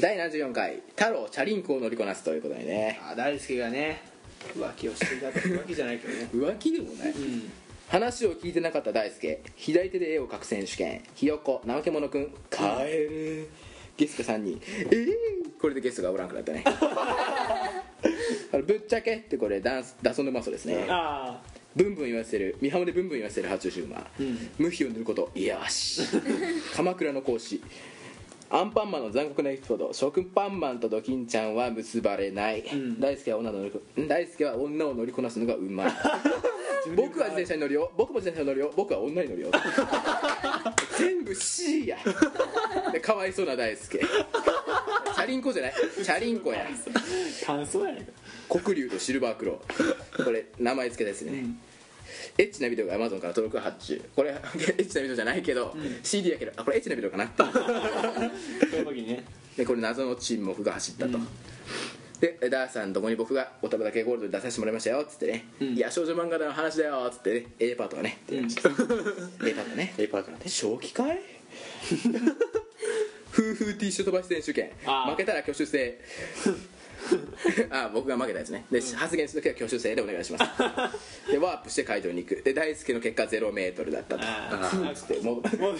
第74回「太郎チャリンコを乗りこなす」ということでねあ大輔がね浮気をしていたってわけじゃないけどね浮気でもないうん話を聞いてなかった大輔左手で絵を描く選手権ひよこなわけものくんカエルゲストさんにえー、これでゲストがおらんくな ったねあのぶっちゃけってこれダンスダソンヌマソですね あブンブン言わせる美浜でブンブン言わせる発注馬、うん無比を塗ることよ し鎌倉の講師アンパンマンの残酷なエピソード食パンマンとドキンちゃんは結ばれない、ん大輔は女の乗りこん大輔は女を乗りこなすのがう まい僕は自転車に乗るよ僕も自転車に乗るよ僕は女に乗る よ全部 C やでかわいそうな大輔チャリンコじゃないチャリンコやあ感想やねんか黒龍とシルバークローこれ名前付けですね、エッチなビデオが Amazon から登録発注これエッチなビデオじゃないけど、CD やけどあこれエッチなビデオかなこういう時にねでこれ謎の沈黙が走ったと、でダーさんどこに僕が「おたばだけゴールドで出させてもらいましたよ」っつってね「んいや少女漫画の話だよ」っつってね A パートがね、ん A パートね A パートね正気かい 夫婦ティッシュ飛ばし選手権あー負けたら挙手制 あ僕が負けたやつねで、発言する時は挙手制でお願いしますでワープして会場に行くで大輔の結果0メートルだったとあふーっつってもうもう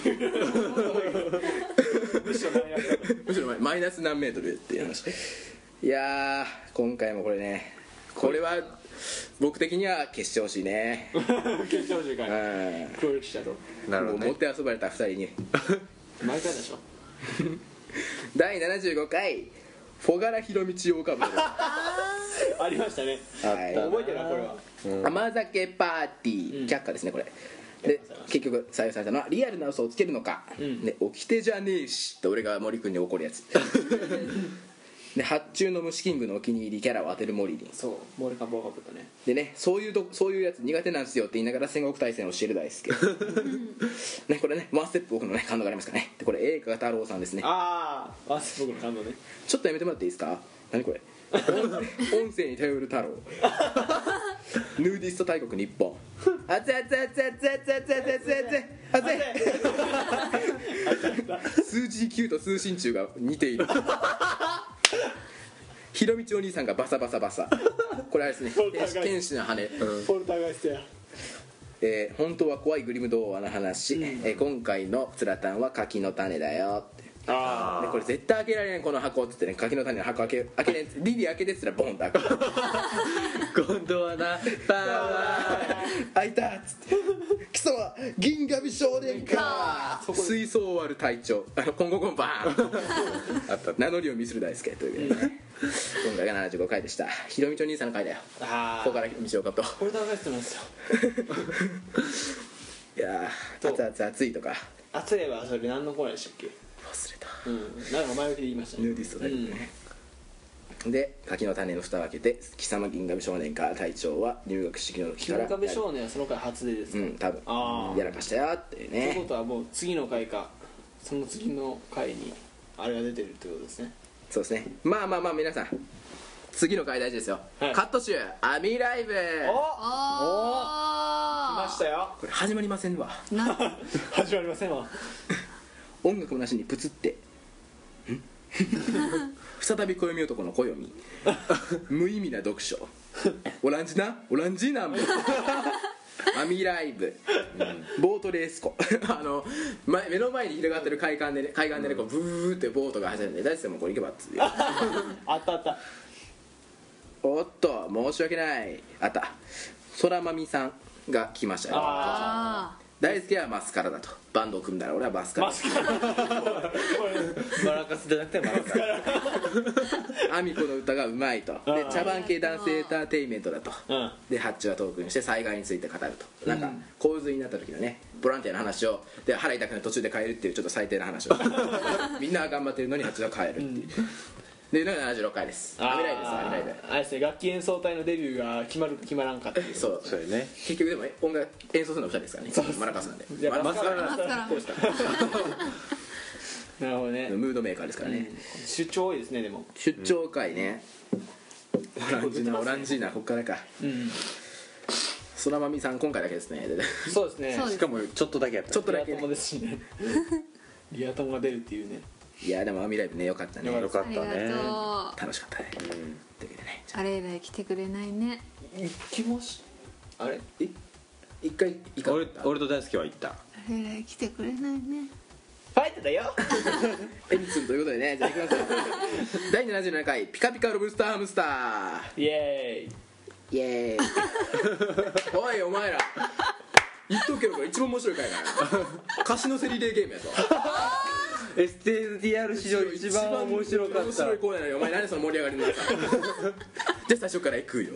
むしろマイナスだっ たむしろマイナス何メートルっていう話いやー今回もこれねこれは僕的には消してほしいね緊張中うかん協力者となるほどもう持ねって遊ばれた2人に毎回でしょ第75回「フォガラヒロミチオオカブトル」ありましたねはい覚えてるなこれは甘酒パーティー、うん却下ですねこれで結局採用されたのはリアルな嘘をつけるのか、んで起きてじゃねえしと俺が森君に怒る やつで発注の虫キングのお気に入りキャラを当てる森にそうモールカンボーカップとねでねそういうとそういうやつ苦手なんですよって言いながら戦国大戦をしてる大輔ねこれねワンステップ奥のね感動がありますからねでこれ映画太郎さんですねあああ僕の感動ねちょっとやめてもらっていいですか何これ音音声に頼る太郎ヌーディスト大国日本熱い熱い熱い熱い熱い熱い熱い熱い熱い熱い数字9と数進中が似ているひろみちお兄さんがバサバサバサこれあれですねそう高い天使の羽、うんポルターガイストやえー本当は怖いグリム童話の話、んえー今回の「つらたんは柿の種だよ」ってあでこれ絶対開けられないこの箱って言ってね柿の種の箱開け開けれんリリー開けてっつったらボンって開 く今度はなパワ開いたっつって貴様銀紙少年か水槽を割る隊長あのコンコンコンバーン ーあった名乗りをミスる大輔ということでね今回が75回でしたひろみちお兄さんの回だよあこポこからひろみちおかとルターガイストなんですよ いやーそう熱々熱いとか熱いはそれ何のコーナーでしたっけ忘れたうんなんか前向きで言いましたヌねーディストだよね、で柿の種の蓋を開けて貴様銀紙少年か隊長は入学式の時木から村壁少年はその回初でですうかん多分あーやらかしたよっていうというねことはもう次の回かその次の回にあれが出てるってことですねそうですねまあまあまあ皆さん次の回大事ですよ、はいカット集アミライブ来おましたよこれ始まりませんわおな 始まりませんわ音楽もなしにプツってん 再び暦男の 暦無意味な読書オランジなオランジーなもアミライブ、ボートレース湖 あの前目の前に広がってる海岸でね海岸でねこうブーってボートが走るんで大輔もうこれ行けばっつってあったあったおっと申し訳ないあった空まみさんが来ましたよああ大輔はマスカラだとバンドを組んだら俺はマスカーラマスカラマラカスじゃなくてマラカ スアミコの歌がうまいとで茶番系男性エンターテインメントだとうんでハッチはトークにして災害について語るとなんか洪水になった時のねボランティアの話をで腹痛くなる途中で変えるっていうちょっと最低な話をみんなが頑張ってるのにハッチは変えるっていう、でなんか76回ですアミライですアミライであれですね楽器演奏隊のデビューが決まる決まらんかっていうそうそうやね結局でも音楽演奏するのは2人ですからねマラカスなんいでやマラカマスカラマスカラこうしたなるほどねスのムードメーカーですからね、主張多いですねでも出張会ね、オランジーナオランジーナこっからかうんそらまみさん今回だけですねでそうですねそうですしかもちょっとだけやったちょっとリだアけ友ですしねリア友が出るっていうねいやでもアミライブねよかったねよよかかっったあねりがと楽しかったねう、んというわけでねじゃうあれ以来来てくれないね行きましあれあい一回行かな俺かった俺と大輔は行 ったあれ以来来てくれないねファイトだよエミツンということでねじゃあ行きますよ 第77回「ピカピカロブスターハムスターイエーイ」イエーイ おいお前ら言っとくけどこれ一番面白い 回だなカシノセリレーゲームやぞ STSDR 史上一番面白かっ面た白いコーナーなのにお前何その盛り上がりのやつじゃあ最初から行くよ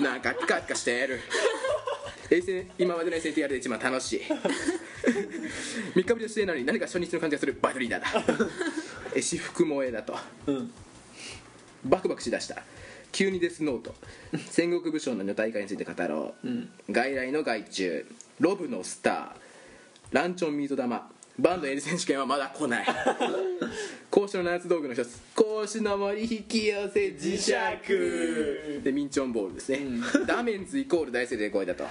なんかピカピカしてる衛星今までの SNTR で一番楽しい3日ぶりの出演なのに何か初日の感じがするバイトリーダーだえ私服萌えだとうんバクバクしだした急にデスノー ト戦国武将の女体化について語ろう、外来の外中ロブのスターランチョンミート玉バンドエリ選手権はまだ来 ない講師の七つ道具の一つ講師の森引き寄せ磁石でミンチョンボールですね、ダメンズイコール大成で声だと、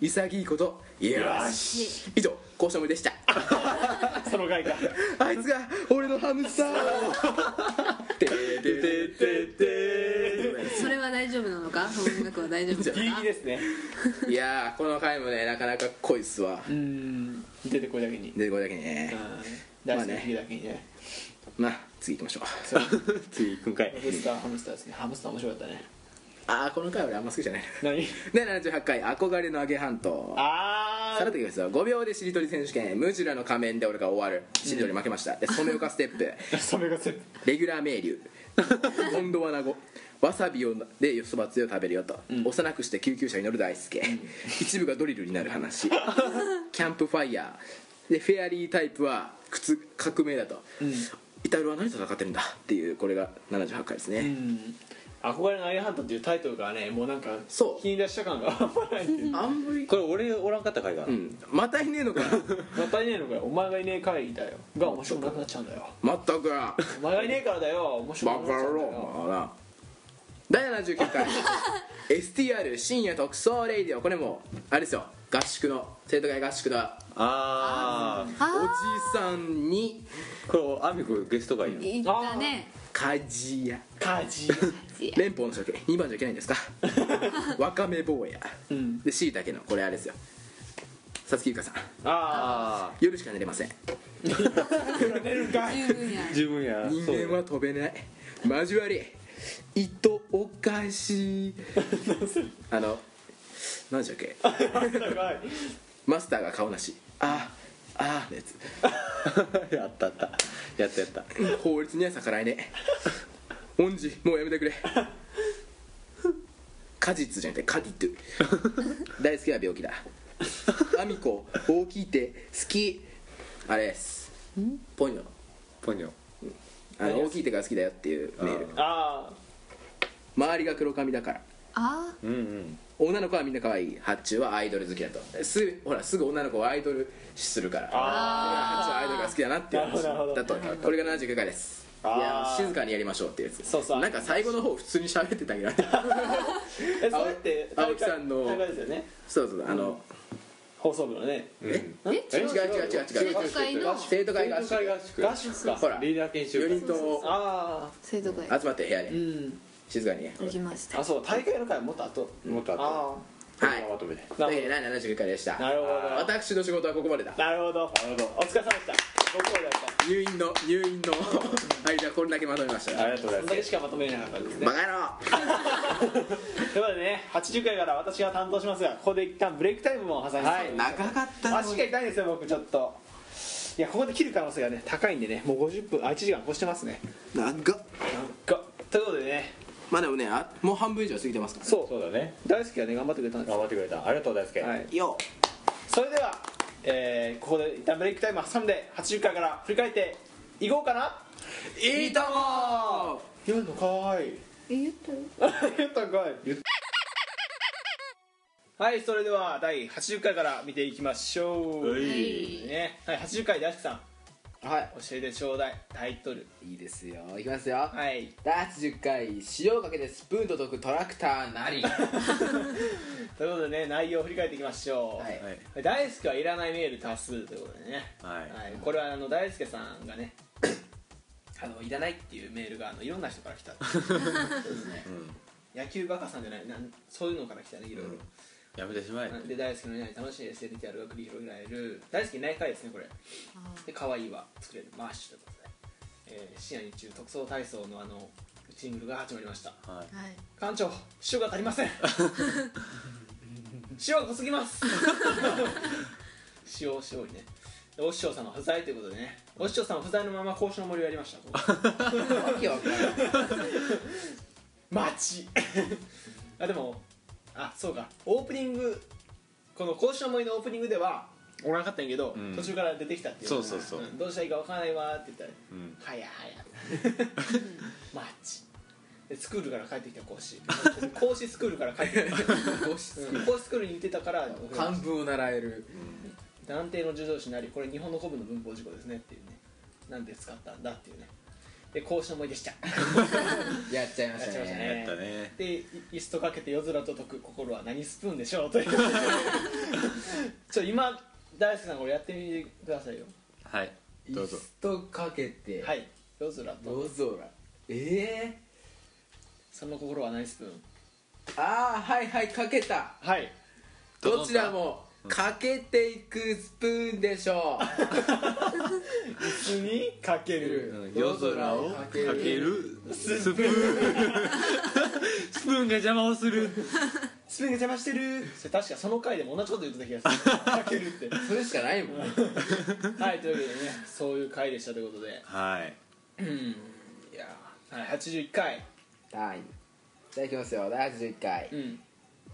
潔いことよし以上講師の森で したその回かあいつが俺のハムスターをてーてーてーてーてーそれは大丈夫なのかその音楽は大丈夫ギなリのギかリですねいやーこの回もねなかなか濃いっすわうん出てこいだけにでこれだけね大ま好あきねな日だけにねまあ次行きましょう次行くんかいハムスターハムスターですねハムスター面白かったね ああこの回俺あんま好きじゃない何で78回「憧れの揚げ半島」あさらっーといきますよ5秒でしりとり選手権無ジュラの仮面で俺が終わるしりとり負けました、で染岡ステップ それが全部レギュラー名流今度はなごわさびをでよそばつゆを食べるよと、幼くして救急車に乗る大輔、一部がドリルになる話キャンプファイヤーでフェアリータイプは靴革命だと、イタルは何と戦ってるんだっていうこれが78回ですね、うん憧れのアイハントっていうタイトルがねもうなんかそう気に出した感があ んまないっていうあんまりこれ俺おらんかった回だうんまたいねえのかまたいねえのかよお前がいねえ会議だよが面白くなくなっちゃうんだよまったくバお前がいねえからだよ面白くなくカなっち野ゃうん郎だよまあな第79回 STR 深夜特捜レイディオこれもあれですよ合宿の生徒会合宿だああおあじさんにこれアミコゲスト回あいる言ったね鍛冶屋家事連邦の処刑2番じゃいけないん ですかわかめ坊やうんでしいたけのこれあれですよさつきゆかさんあ夜しか寝れませんあ寝るんかい十分や十分や人そうだよ間は飛べない交わり糸おか しいあの何じゃっけ高いマスターが顔なしあああのやつやったやったやったやった 法律には逆らえね え恩師もうやめてくれ果実じゃなくて果 実大好きは病気だアミコ大きい手好きあれですポニョポニョあの大きい手が好きだよっていうメール あ周りが黒髪だからあうんうん女の子はみんな可愛い発注はアイドル好きだとすほらすぐ女の子はアイドル視するからあ発注はアイドルが好きだなっていう話なるほどだとこれが79回ですいあーや静かにやりましょうっていうやつそうそうなんか最後の方普通に喋ってた けどえそれって青木さんの大会ですよねそうそうあの、放送部のねえ違違うう違う違う違う生徒会の生徒会が集合宿合宿かほらリーダー研修4人ともあ生徒会集まって部屋あうでん静かにね行きましたあそう大会の会はもっと後もっとあはいまとめてあというわけで79回でしたなるほど私の仕事はここまでだなるほどなるほどお疲れ様でしたご苦労でした入院の入院 の間これだけまとめましたありがとうござそいんますだけし かまとめれなかったですねバカ野郎ということでね80回から私が担当しますがここで一旦ブレイクタイムを挟みますはい長かった足が痛いんですよ僕ちょっといやここで切る可能性がね高いんでねもう50分あ1時間越してますね長っがということでねまあでもねあもう半分以上過ぎてますかそうそうだね大好きはね頑張ってくれたんです頑よ張ってくれたありがとう大輔はいらよそれでは、えーここで一旦ブレイクタイムを挟んで80回から振り返っていこうかなういいとも言うのかーいえ言ったよ言ったんかい はいそれでは第80回から見ていきましょう、はいねはい、80回大好きさんははい教えてちょうだいタイトルいいですよいきますよ、はい第80回塩をかけてスプーンと解くトラクターなりということでね内容を振り返っていきましょう、はい大輔はいらないメール多数ということでね、はいこれはあの大輔さんがね あのいらないっていうメールがあのいろんな人から来た 野球バカさんじゃないなんそういうのから来たねいろいろ、やめてしまえで大好きのいない楽しい SNTR が繰り広げられる大好きいない回ですねこれで可愛いは作れるマーシュということで、えー、深夜日中特捜体操のあのシングルが始まりましたはいはい館長塩が足りません塩が濃すぎます 塩塩にねでお師匠さんは不在ということでねお師匠さんは不在のまま格子の森をやりましたここわけわからん待ち あでもあそうかオープニングこの格子の森のオープニングではおらなかったんやけど、うん途中から出てきたっていうそうそうそうんどうしたらいいかわからないわーって言ったらうん「はやはや」マッチでスクールから帰ってきた講師講師スクールから帰ってきた帽子うん講師スクールに行ってたから漢文を習える断定の受動詞なりこれ日本の古文の文法事項ですねっていうねなんで使ったんだっていうねで講師の思いでしたやっちゃいましたやっちゃいねましたねやったねでい椅子とかけて夜空と解く心は何スプーンでしょう というちょ今大輔さんこれやってみてくださいよはいどうぞ椅子とかけてはい夜空と夜空ええその心は何スプーンー、ああはいはいかけたはいどちらもかけていくスプーンでしょ椅子にかけるう夜空をかけるスプーンスプーンが邪魔をするスプーンが邪魔してるそれ確かその回でも同じこと言ってた気がす るかけるってそれしかないもんはいというわけでねそういう回でしたということではいいやー、はい、81回はいじゃあいきますよ第81回うん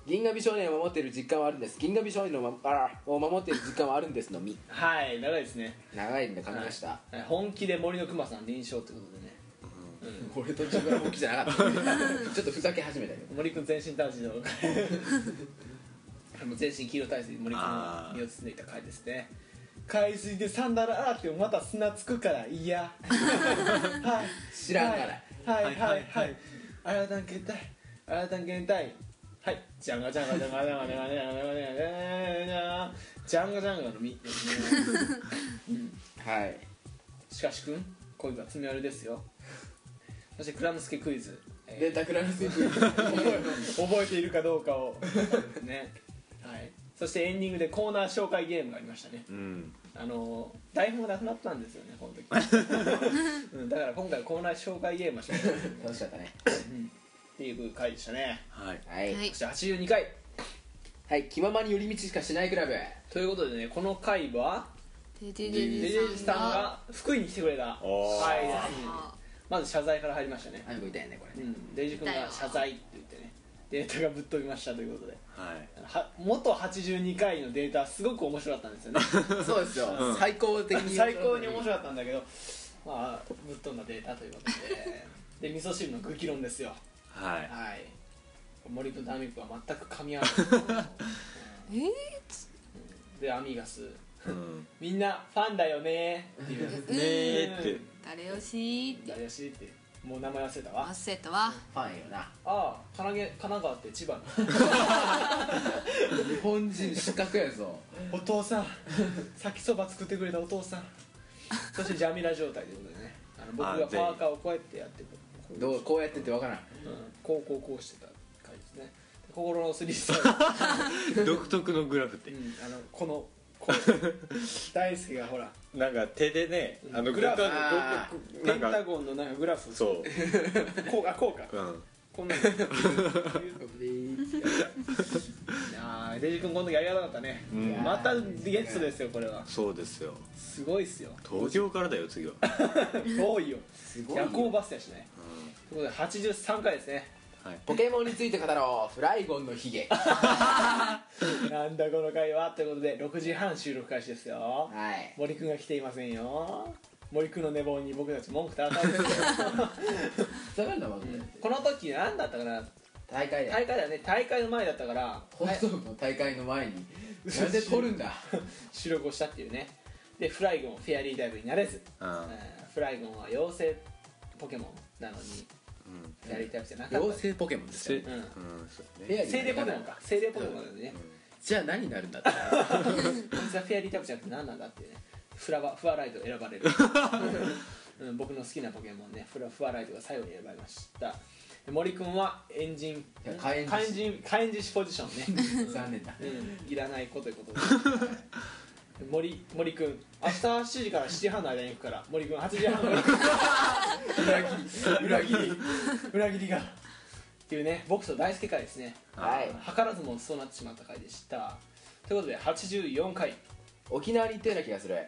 銀河美少年を守っている実感はあるんです銀河美少年を,、ま、あらを守っている実感はあるんですのみはい長いですね長いんで考えました、はい本気で森のくまさん臨床ということでね俺と自分は本気じゃなか ったちょっとふざけ始めたよ森くん全身男子のあの全身黄色体質で森くんの身を包んでいた回ですね海水でサンダル洗ってもまた砂つくから嫌はい知らんからはいはいはいはいあらたんけんたいあらたんけんたいはいジャンガジャンガジャンガジャンガジャンガジャンガジャンガジャンガジャンガジャンガジャンガの実ですねはいしかしくん恋は爪割れですよそして蔵之介クイズ、えーでタクラのスイッチ覚えているかどうかを ねはいそしてエンディングでコーナー紹介ゲームがありましたねうんあのー台本がなくなったんですよねこの 時、うん、だから今回コーナー紹介ゲームをしましたっ楽しかったねていう回でしたねはいはい、ははいそして82回気ままに寄り道しかしないクラブということでねこの回はデデデジデェジさんが福井に来てくれたおー回ですねまず謝罪から入りましたね、あみこいたよねこうれねん、デイジ君が謝罪って言ってねデータがぶっ飛びましたということではいは元82回のデータすごく面白かったんですよねそうですよ、うん最高的に最高に面白かったんだけどまあぶっ飛んだデータということで で味噌汁の具議論ですよはいはい森君とアミ君は全く噛み合わないえーでアミガスうんみんなファンだよねーっていううねーえって誰よしーって誰やしってもう名前忘れたわ忘れたわファンよなああ神奈川神奈川って千葉の日本人失格やぞお父さん先そば作ってくれたお父さんそしてジャミラ状態ということでねあの僕あが全員パーカーをこうやってやってこうどうこうやってってわからんうんこうこうこうしてた回ですねで心のスリースタイル独特のグラフってうん、あのこのこ う大輔がほらなんか手でねあのグラフごかあごごペンなタんかゴンのなんかグラフそこうあこうかううんこんなの ああデジ君この時ありがたかったね、んまたゲストですよこれはそうですよすごいっすよ東京からだよ次は遠いよごいよ夜行バスやしねということで83回ですねはいポケモンについて語ろうフライゴンのヒゲはなんだこの回はということで6時半収録開始ですよい森君が来ていませんよ森君の寝坊に僕たち文句たたん ですよ下がるなまずこの時何だったかな大会だ大会だよね大会の前だったから放送部の大会の前になんで撮るんだ収録をしたっていうねでフライゴンフェアリーダイブになれず、あーえーフライゴンは妖精ポケモンなのにうんフェアリーダイブじゃなかった妖精ポケモンですせようねうんんそうフェアねリー精霊ポケモンか精霊ポケモンなのにね、じゃあ何になるんだってこいつはフェアリータイプじゃなくて何なんだっていうねフラワフアライド選ばれる、うん、僕の好きなポケモンねフラフアライドが最後に選ばれましたで森くんはエンジンいや火炎火炎人火炎獅子ポジション ね、残念だうん、いらない子ということではい森森くん明日7時から7時半の間に行くから森くん8時半から 裏切り裏裏切切り裏切りがっていうね僕と大輔会ですねはい図らずもそうなってしまった回でしたということで84回沖縄に行ったような気がする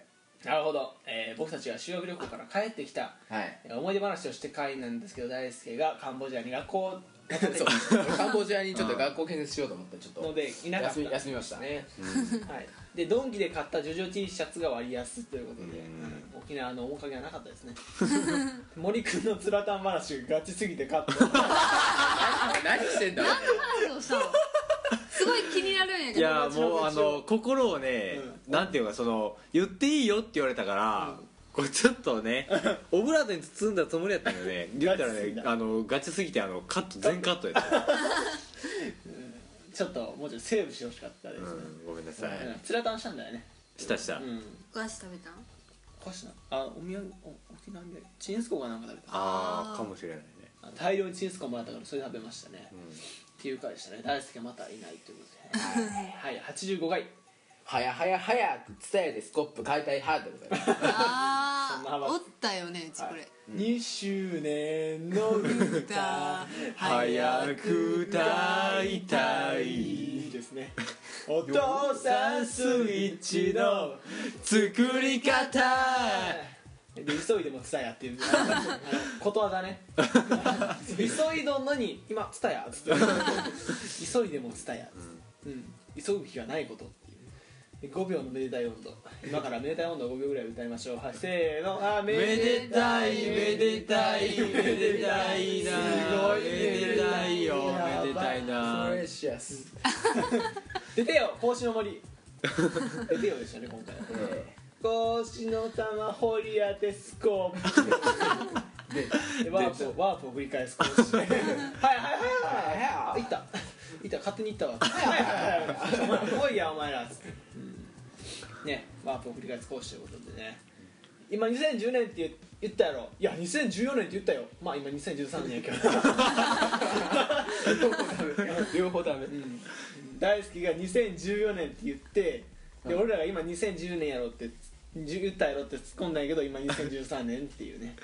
なるほど、えー僕たちが修学旅行から帰ってきたはいえー思い出話をして会なんですけど大輔がカンボジアに学校を建ててそう俺カンボジアにちょっと学校建設しようと思ってちょっのと でいなかっ休たみ休みましたね、はい、でドンキで買ったジョジョ T シャツが割安ということで、うん沖縄の面影はなかったですね 森君のツラタン話がガチすぎてカット 何してんだ何の話をしたのすごい気になるんやけいどやもうあ友達をの心をね、なんていうかその言っていいよって言われたから、これちょっと ねオブラートに包んだつもりやったんだよね言ったらガチすぎねたあのガチすぎてあのカット全カットやった、ちょっともうちょっとセーブしてほしかったですうね、ん、ごめんなさい、うんツラタンしたんだよねしたした、うんお菓子食べたんおかしなあお土産お沖縄みたいチンスコがなんか食べたあああーかもしれないね、あ大量にチンスコもらったからそれ食べましたね、うっんていう回でしたね大輔またいないということではい85回はやはや早く伝えでスコップ解体派でございますあそんなあ話おったよねうちこれ2周年の歌早く歌いたいいいですねお父さんスイッチの作り方で急いでもツタヤっていうことわざね急いどんのに今ツタヤっつって急いでもツタヤっつって、うん急ぐ気はないことっていうで5秒のめでたい温度今からめでたい温度を5秒ぐらい歌いましょうはいせーのあめめでたいめでたいめでたいなすごいめでたいよめでたいなプレシャス出てよ格子の森出てよでしたね今回は格子の玉掘り当てスコープでワープをワープを繰り返す格子はいはいはいはいいったいった勝手にいったわはいはいはいはいおいやお前らっつってねワープを繰り返す講師ということでね今2010年って言ったやろいや2014年って言ったよまあ今2013年やけど両方ダメ大好きが2014年って言ってで俺らが今2010年やろって言ったやろって突っ込んだんやけど今2013年っていうね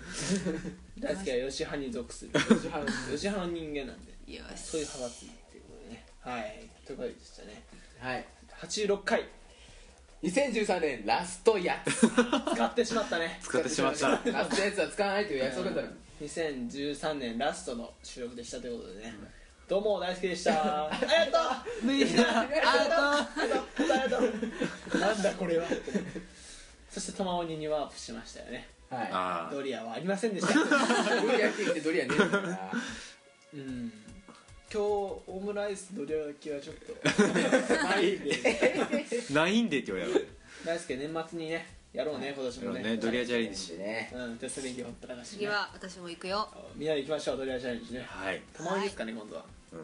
大好きは吉派に属する吉派吉派の人間なんでよそういしう派閥っていうことでねはいということでしたねはい86回2013年ラストやつ使ってしまったね使ってしまったラストやつは使わないという約束だったのに2013年ラストの収録でしたということでね、どうも大好きでしたありがとうみんなありがとうありがとうなんだこれはそしてトマオニにワープしましたよねはあドリアはありませんでしたいドリア食ってドリア寝るからなうん今日オムライスドリアだけはちょっとないんであないんでって言われたか大輔年末にねやろうね今年もらねねドリアチャレンジでねうんじゃあそれにほったらかし次ねは私も行くよみんなで行きましょうドリアチャレンジねはいトマオニですかね今度はうん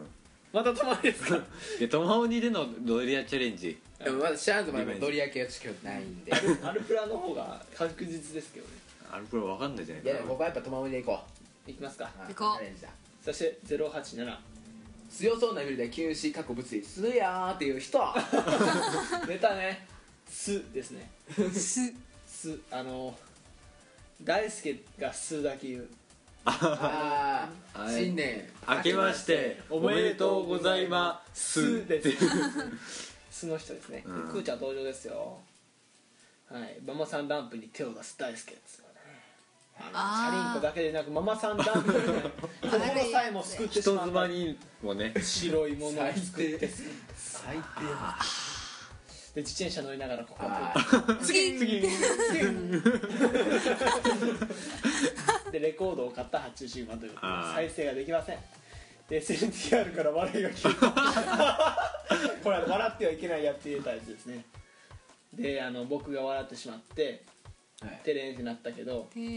またトマオニですかでトマオニでのドリアチャレンジでもまだシャーズまだドリア系は今日ないんでアルプラの方が確実ですけどねあれこれわかんないじゃないいやでかもここはやっぱトマムで行こいきますかう行こうチャレンジだそして087強そうなビルで休止過去物理するやーっていう 人出たね「す」ですねす「す」あの大輔が「す」だけ言うああはい新年明けましておめでとうございま「す」す ですすの人ですね、うんくーちゃん登場ですよはいママさんランプに手を出す大輔ですよねあのチャリンあーコだけでなくママさんランプに ね 心さえも救ってし人まっ妻たにもね白いものを最作っ低てです最低で自転車乗りながらここを通ってあ次次でレコードを買った発注終盤ということであー再生ができませんで SNTR から 笑いが消えたこれは笑ってはいけないやっていうタイプですねであの僕が笑ってしまってはいテレーンってなったけど、てれう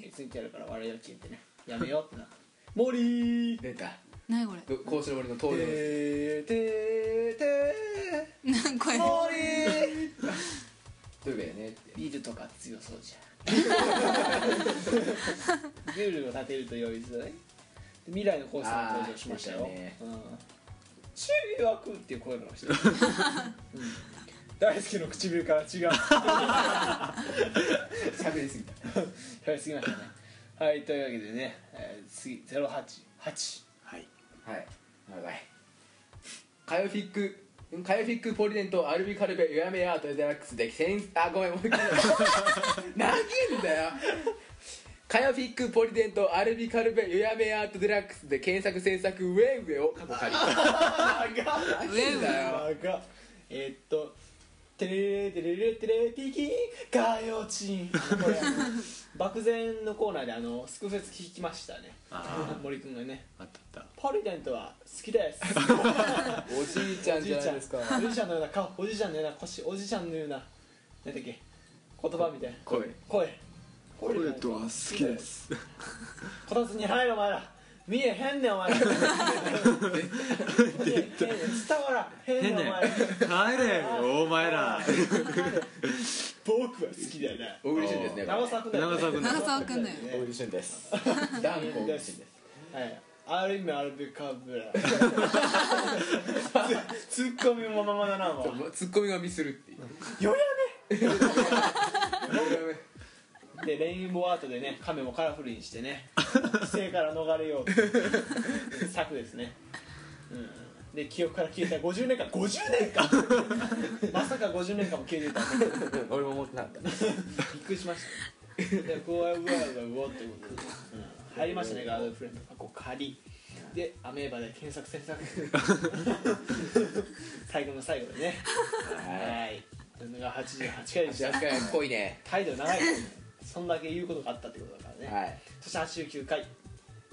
ん、いついてやるから笑いを消えてねやめようってな「モリー!」出た何これ甲子の森の「東洋てーてーて何これ ーモリー!」トゥーベやねってビルとか強そうじゃんルールを立てると良いですよねで未来のコースが登場しましたよあー出たねうん、中学っていう声の人、うん、大好きの唇から違う喋りすぎたやりすぎましたねはいというわけでね、えー、次088はいはい長いカヨフィックんカヨフィックポリデントアルミカルベユアメアートデラックスでセンあごめんもう一 回長いんだよカヨフィックポリデントアルミカルベユアメアートデラックスで検索検索ウェイウェイを過去借り ウェウだよがえーっと「テレレテレレテレティキンガヨチン」これあの漠然のコーナーであのスクフェス聞きましたねあ森君がねあったあっ「パルデントは好きです」おじいちゃんじゃないですかおじいちゃんのような顔おじいちゃんのような腰おじいちゃんのような何だっけ言葉みたいな声声た声すこたつに入るお前ら見えへんねんお前ら見えへんねん伝わらへんねんお変ね前ら帰れよお前ら僕は好きだよね小栗旬ですね長澤君だよね長澤君だ長澤君だよ小栗旬ですダン小栗旬ですはいある意味アルビカブ ラツッコミもままだなもうツッコミがミスるっていうよ 4やめでレインボーアートでね亀もカラフルにしてね規制から逃れようという策ですね、うん、で記憶から消えた50年間50年間まさか50年間も消えてたびっ目目俺も思ってなかったくりしましたでこうはうわうわうわってことで、うん、入りましたねガードフレンド過去仮でアメーバで検索検索最後の最後でねはいはい。というのが八十八回でし確た。かに濃いね態度長いですね。そんだけ言うことがあったってことだからね。はいそして八十九回。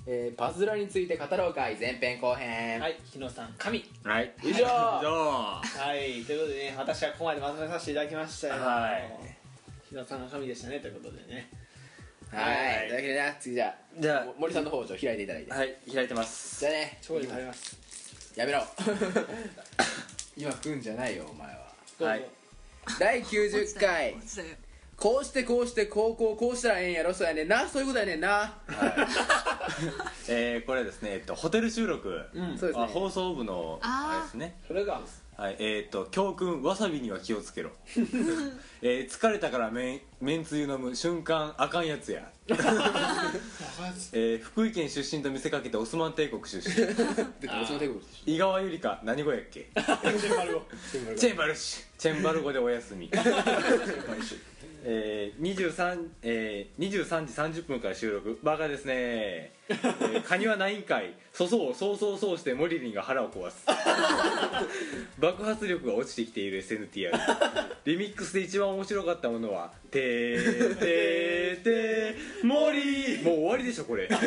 えー、パズドラについて語ろう会前編後編はい、日野さん、神。はい以上以上はい、ということでね、私はここまでまとめさせていただきましたよ。はい。日野さんが神でしたねということでね。はい、はといいうわけでな次じゃじあゃも森さんの方をちょっと開いていただいて、あはい開いてますじゃあね超いっぱいあります。やめろ 今食うんじゃないよお前はどうぞはい第90回落ちたよこうしてこうしてこうこうこうしたらええんやろそうやねんなそういうことやねんな、えー、これですね、えっと、ホテル収録、んそうですあね放送部のあーあれですねそれが。はいえー、っと教訓わさびには気をつけろ、えー、疲れたからめんめんつゆ飲む瞬間あかんやつや、えー、福井県出身と見せかけてオスマン帝国出身でもその手首井川由里香何語やっけシェンバルをチェンバルシュチェンバル語でお 休みえー、23, えー、23時30分から収録バカですね、えー、カニはないんかいそそうそうそうそうしてモリリンが腹を壊 す爆発力が落ちてきている SNTR リミックスで一番面白かったものは「てーてーてーモリー」もう終わりでしょ これ今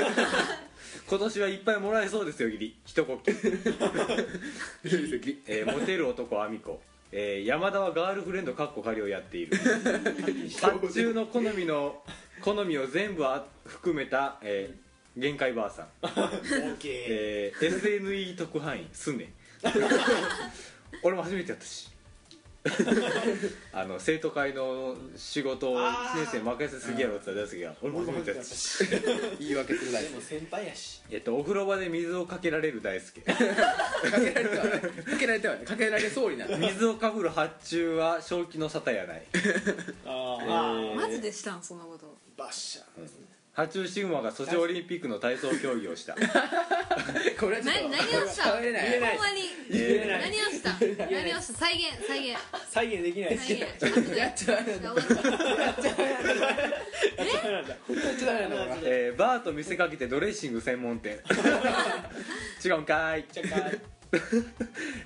年はいっぱいもらえそうですよギリ一呼吸えーモテる男アミコ、えー山田はガールフレンドかっこ仮をやっている発注の好みの好みを全部あ含めた、えー限界ばあさん、ケえー SNE 特派員すね俺も初めてやったしあの生徒会の仕事を1年生に任せすぎやろって言ったら大好きが俺も初めてやったし言い訳するなでも先輩やし。えっとお風呂場で水をかけられる大好きかけられてはないかけられてはないかけられそうになる水をかぶる発注は正気の沙汰やないあえあ。ーマジでしたんそんなことバッシャー。ハチュウシグマがソチオリンピックの体操競技をしたこれはちょっと何何をしたほん食べれないまにえ何をした何をした再現再現再現できない。再で現後でやっちゃダメなんだ終わったきないんだ。やっちゃダメなんだほらーえーバーと見せかけてドレッシング専門店違うんかーいじゃあ帰る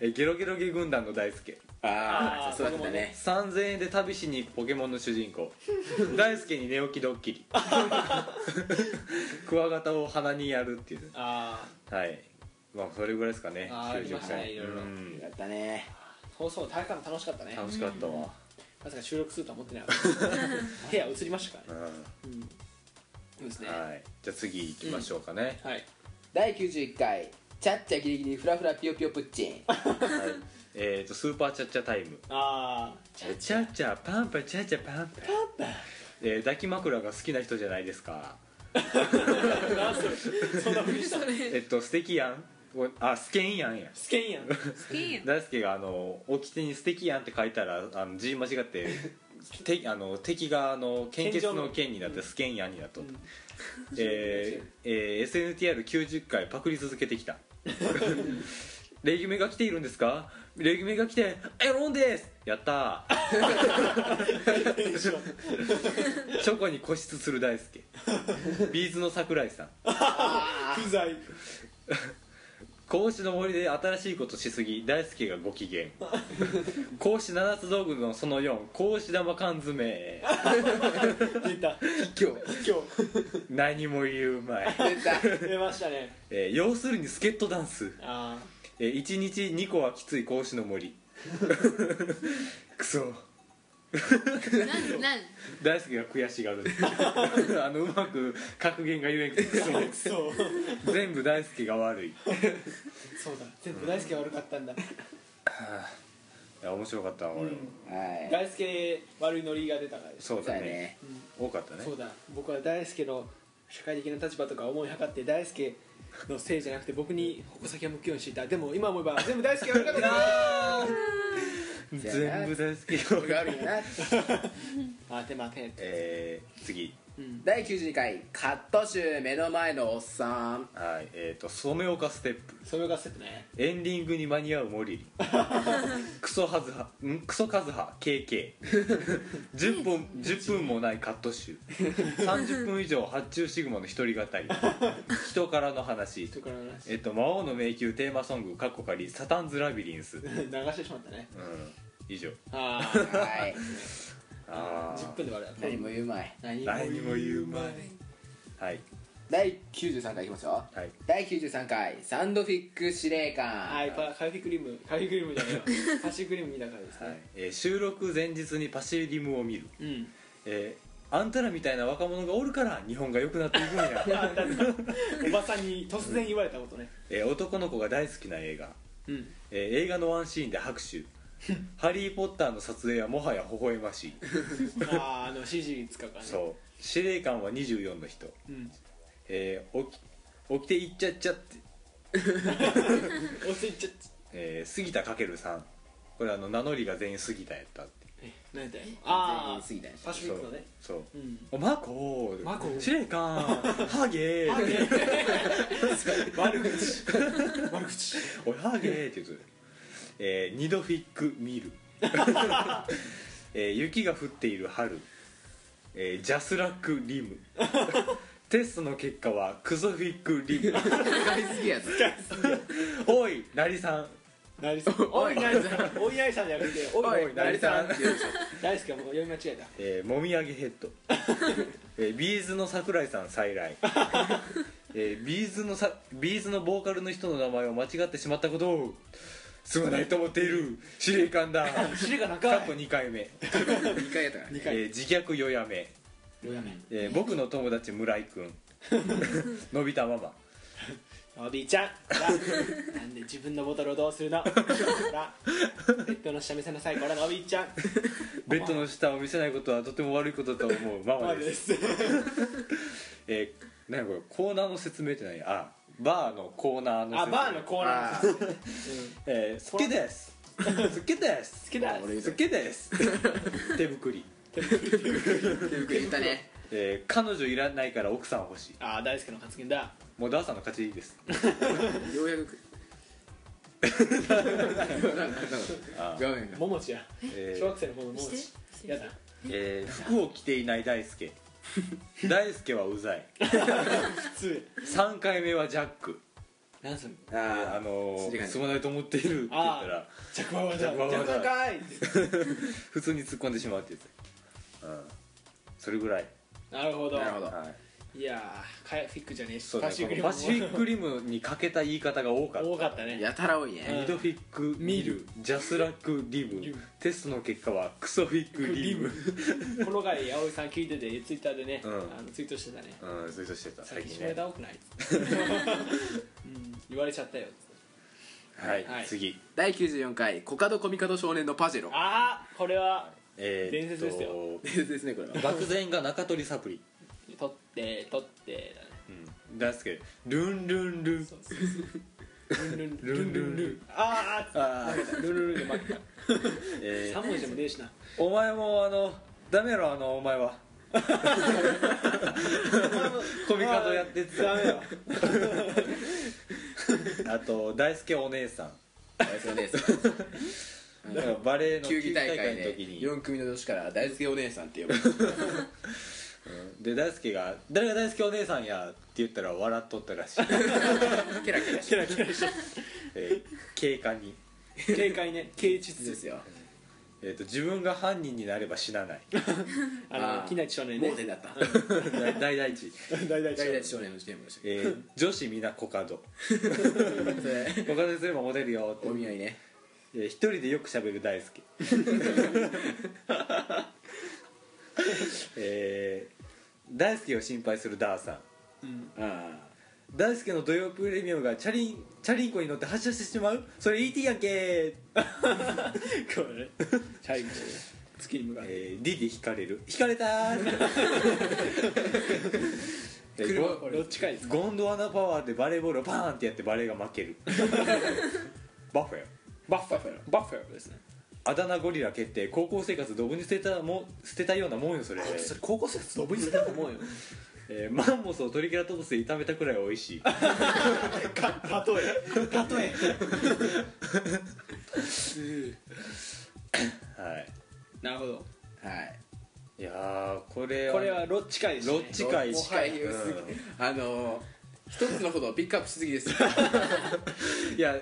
えーゲロゲロゲ軍団の大輔あああーそうだったね3000円で旅しに行くポケモンの主人公大輔に寝起きドッキリクワガタを鼻にやるっていうあはいまあそれぐらいですかねあーありましたね90いろいろうんやったねあ。放送大会も楽しかったね。楽しかったわ、まさか収録するとは思ってなかった部屋移りましたからねそうですねははいじゃあ次行きましょうかね、い第91回チャッチャギリギリフラフラピヨピヨプッチンはいえー、とスーパーチャッチャタイムあチャチャチャパンパチャチャパンパえー抱き枕が好きな人じゃないです かあなんそれそんなふりしたそれえっと素敵やんこれあスケンやんやスケンやん好き やん大輔があの掟に「素敵やん」って書いたらあの字間違って てあの敵があの献血の剣になって「スケンやん」になっとった、えーえー SNTR90 回パクり続けてきた レギュメが来ているんですかレギュメが来て「エロンです!」やったー チョコに固執する大輔ビーズの桜井さん不在格子の森で新しいことしすぎ大輔がご機嫌格子七つ道具のその4格子玉缶詰出た今今何も言うまい、日出た日出ましたねえー要するに助っ人ダンス、あえー、1日2個はきつい格子の森 クソなんなん大輔が悔しがる あのうまく格言が言えんけどクソあそう全部大輔が悪いいそうだ全部大輔が悪かったんだや面白かったわ俺も、はい大輔悪いノリが出たからですそうだねそうやね多かったねそうだ僕は大輔の社会的な立場とか思いはかって大輔のせいじゃなくて僕に矛先を向くようにしていたでも今思えば全部大輔が悪かったな全部大輔僕ががあ悪いるよな待て待てえー、次第92回カット集目の前のおっさんはいえー、と染岡ステップそれがセットねエンディングに間に合う森リ クソハズハんクソカズハ KK10 分10分もないカット集30分以上発注シグマの一人 語り人からの話それからの話えっと魔王の迷宮テーマソングかっこかりサタンズラビリンス、うん、流してしまったね以上あはいああ10分で終わ何るも言うまい何何も言うまいはい第93回いきますよはい第93回サンドフィック司令官はいパカフェクリームカフェクリームじゃない よカシクリーム見たからですはねい、えー収録前日にパシリムを見るうんえーあんたらみたいな若者がおるから日本が良くなっていくんや おばさんに突然言われたことねえー男の子が大好きな映画、うんえー映画のワンシーンで 拍手「ハリー・ポッター」の撮影はもはや微笑ましいあーあの CG 使うからねそう司令官は24の人、うんえー起き起きていっちゃっちゃって、おせちゃっえー杉田かけるさんこれあの名乗りが全員杉田やったってえ何やったんや全あ員過ぎたんでしょあパシフィックのねそうそううんおマコーマコー司令 官ハゲー 悪口悪口おいハゲーって言うと、えー、二度フィック見る、えー雪が降っている春、えージャスラックリムテストの結果はクソフィックリム使いすぎやつおいなりさんなりさん おいなりさんおいなりさんじゃなくておいおいなりさんって言うでしょ大好きはもう読み間違えたえーもみあげヘッド、えービーズの桜井さん再来、えービーズのさビーズのボーカルの人の名前を間違ってしまったことをすまないと思っている司令官だ知りがなか過っ去2回目、 2回やったからね2えー回自虐よやめロヤメンえー僕の友達村井 くんのび太ママおびち ゃんらなんで自分のボトルをどうする のらベッドの下見せなさいこれのびちゃんベッドの下を見せないことはとても悪いことだと思うママですす えー、なんやこれコーナーの説明って何あバーのコーナーの説明あバーのコーナーですえー、好き です好きです好きだ俺言う好きです手作り、手袋言ったねえー、彼女いらないから奥さん欲しいあー大好きの発言だもうダーさんの勝ちいいですようや くあー画面がももちやえ小ー学生の頃のももちしてやだえー服を着ていない大輔大輔はうざい普通3回目はジャック何それああの筋がー、ねすまないと思っているって言ったら着馬はだ着馬はだ着馬かい普通に突っ込んでしまうって言ってた、うん、それぐらいなるほどなるほどはいいやーカヤフィックじゃねえしそうだパねシフィックパシフィックリムに欠けた言い方が多かった多かったねやたら多いねミドフィックミルジャスラックリブリブテストの結果はクソフィックリブこの回葵さん聞いててツイッターでね、うんあのツイートしてたね うんそういう人してた最最近近下ネねタ多くない、 うん、言われちゃったよはい、はい次第94回コカドコミカド少年のパジェロああこれはえー、伝説ですよですねこ れはっと 漠然が中取りサプリ、取って取ってうん、なんですけどルンルンルンだねルンルンルンルンルンルンルンルンあーああールンルンルンで待ったー、え3ー、文字でもねえしなお前もあのダメやろあのお 前はコミカドやってっダメだあと大輔お姉さん大輔お姉さんだからバレエの球技大会ので時に、 4組の女子から大輔お姉さんって呼ばれてうんで大輔が「誰が大輔お姉さんや」って言ったら笑っとったら しい、 ケラケラしてキラキラしえー警官に、て警戒ね啓実でですすよよえーと「自分が犯人になれば死なない」あ あーの木内少年 ね盲点だった大大地、 大大々体少年のゲームでしえー女子皆コ カドたそれ コカドにすればモデルよってお見合いねえー一人でよく喋る大 輔えー大輔を心配するダーさんあ大輔の土曜プレミアムがチャリンチャリンコに乗って発車してしまうそれ ET やんけー、これねチャイム してね月に向かってえー、D で引かれる引かれたー えー車どっちかいですかゴンゴンドワナパワーでバレーボールをパーンってやってバレーが負け るバッフェバッファローバッファローですねあだ名ゴリラ決定高校生活ドブに捨てたもん捨てたようなもんよそれ高校生ドブに捨てたと思うよえーマンモスをトリケラトプスで炒めたくらい美味しい例えはなるほどあはいいいやーこれこれはロッチ会でしたねロッチ会もはや言うすぎあのー一つのことをピックアップしすぎ ですよいや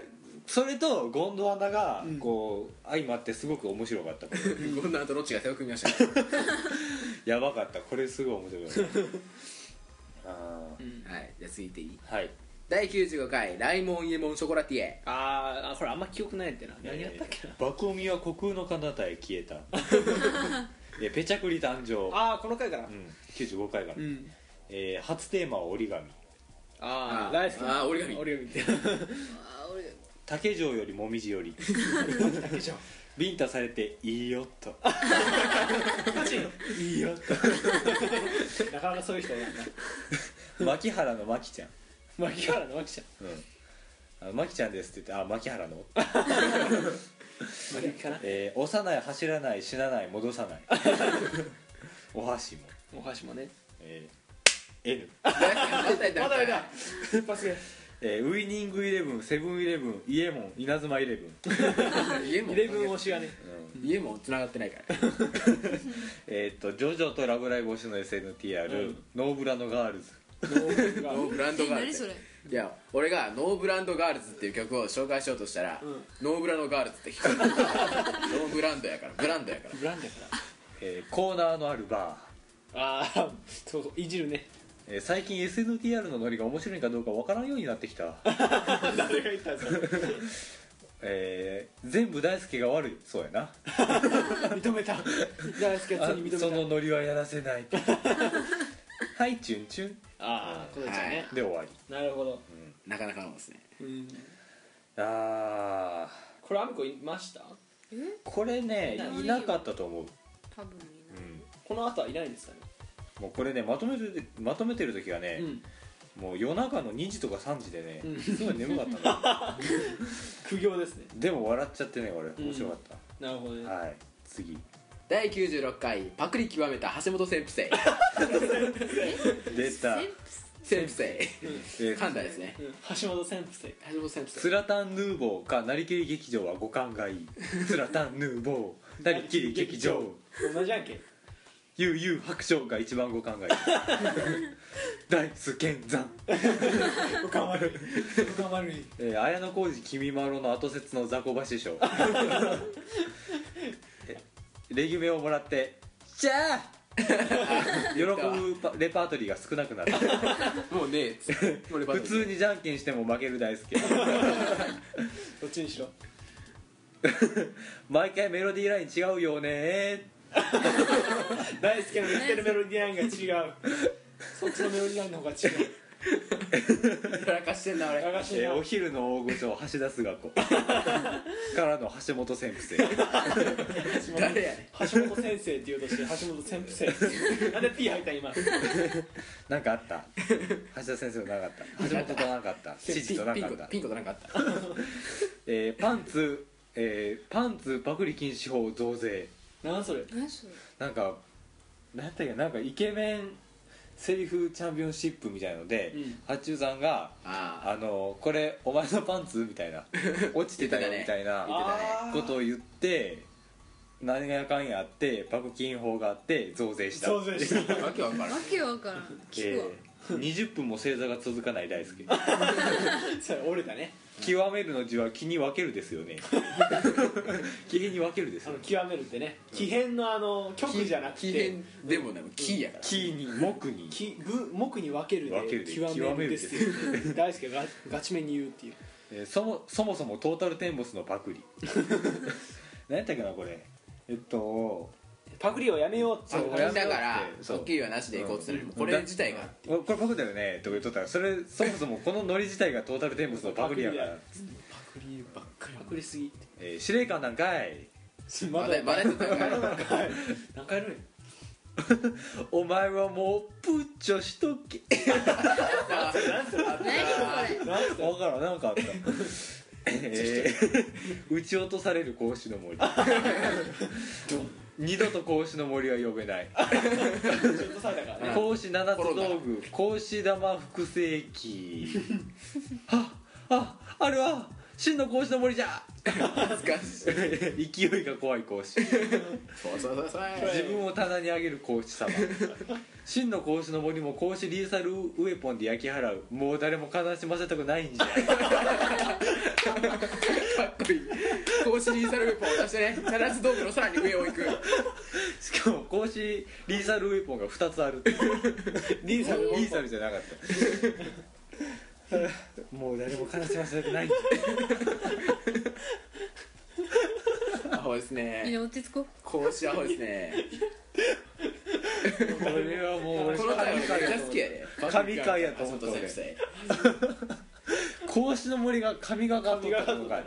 それとゴンドワナがこう、相まってすごく面白か ったこんな後ロッチが手を組みましたねやばかったこれすごい面白かっ たあはいじゃあ続いていいーはい第95回ライモンイエモンショコラティエあーあこれあんま記憶ないってな何やったっけなえー爆音は虚空の彼方へ消 えたえーペチャクリ誕生ああこの回からうん、95回から、うんえー初テーマは折り紙あーああ大好きあー折り紙折り紙ってあー俺竹城よりもみ じよりだけじゃんビンタされていいよっと マジいいよなかなかそういう人なんだ牧原の牧ちゃん、牧原の牧ちゃんうん、あ牧ちゃんですって言ってあ牧原の、牧かなえー、幼い走らない死なない戻さない お箸も、お箸もねえー N ままだいだ一発芸えーウイニングイレブンセブンイレブンイエモン稲妻イレブン、イエモインレブン推しがねうんイエモン繋がってないからえーっとジョジョとラブライブ推しの SNTR、うんノーブラのガールズノーブルがノーブランドえガール何ズそれいや俺が「ノーブランドガールズ」っていう曲を紹介しようとしたら「うんノーブラのガールズ」って聞かれた ノーブランドやからブランドやからブランドやからえーコーナーのあるバーああそうそういじるねえー最近 SNTR のノリが面白いかどうかわからんようになってきた、 誰が言ったんですかえー全部大輔が悪いそうやな認めた大好きやつに認めたそのノリはやらせ ないはいチュンチュンああことちゃんねで終わりなるほどなかなかのもんですねうんあこれアミコいましたえーこれねいないいなかったと思う、多分いなういん、この後はいないんですかねもうこれねまとめてるまとめてる時はね、もう夜中の2時とか3時でね、うんすごい眠かったの苦行ですねでも笑っちゃってねこれ面白かっなるほどた、ねはい次第96回パクリ極めた橋本先生出た先先生えー噛んだですねうん橋本先生橋本先ス生ラタンヌーボーかなりきり劇場は五感がいいスラタンヌーボーなりきり劇場 同じやんけゆうゆう白鳥が一番五感がいい大須健山、おかまるおかまるえー、綾小路きみまろの後説の雑魚 場師匠 えレギュメをもらって「じゃあ喜ぶパレパートリーが少なくなるもうねえっつって俺バ普トル通にじゃんけんしても負ける大好 きどっちにしろ毎回メロディーライン違うよね大好きの言ってるメロディラインが違うそっちのメロディラインの方が違 うやらかしてんな俺流しえーおの昼の大御所橋田須賀 子からの橋本先生誰やねん橋本先生って言うとして橋本先生なんで P 入った今なんかあった橋田先生となかった橋本となかった知事と なピンかっクたピンクとなんかあったえーパンツ、えーパンツパクリ禁止法増税なんそれ何それなんかなんていうかなんかイケメンセリフチャンピオンシップみたいので、うん八中さんが「ああのこれお前のパンツ?」みたいな「落ちてたよ」み言ってたたねいなあーことを言って何がやかんやあってパク金法があって増税した想像した あわけわからんわけわからん聞くわ、えー20分も正座が続かない大好きそれ折れたね極めるの字は気に分けるですよね気に分けるですあよのね極めるってね奇変のあの極じゃなく木て変でもなく木やから気に木にきぐ木に分ける分けでるで極めるですよ大輔がガチめに言うっていうえーそもそもそもトータルテンボスの パクリ何やったっけなこれえっとパクリをやめようってそういそううだからそうお給料なしで行こうっつってうんこれ自体がこれパクだよねとか言っとったらそれそもそもこのノリ自体がトータルテンボスのパクリやからパ、パクリばっかパクりすぎってえー司令官なんかいまだまだやってたんかい 何回やるんやお前はもうプッチョしとけ何これ何それわからんなんか あったえー撃ち落とされる孔子 の森二度と孔子の森は呼べないちょっとされたからね格子七つ道具格子玉複製機 あああれは真の格子の森じゃ恥ずかしい 勢いが怖い格子そうそうそうそう自分を棚に上げる格子様真の格子の森も格子リーサルウェポンで焼き払うもう誰も悲しませたくないんじゃかっこいい更新リーサルウェポンを出してね七つ道具のさらに上を行く しかも格子リーサルウェポンが2つあるってリーさんの リーサルじゃなかった もう誰も悲しませたくないんじゃアホですみん ねな落ち着こう更新アホですねこれはもうこの俺回俺めっちゃ好きやで神回やと思った橋俺本先生格子の森が神がかっとったの神かがいかっ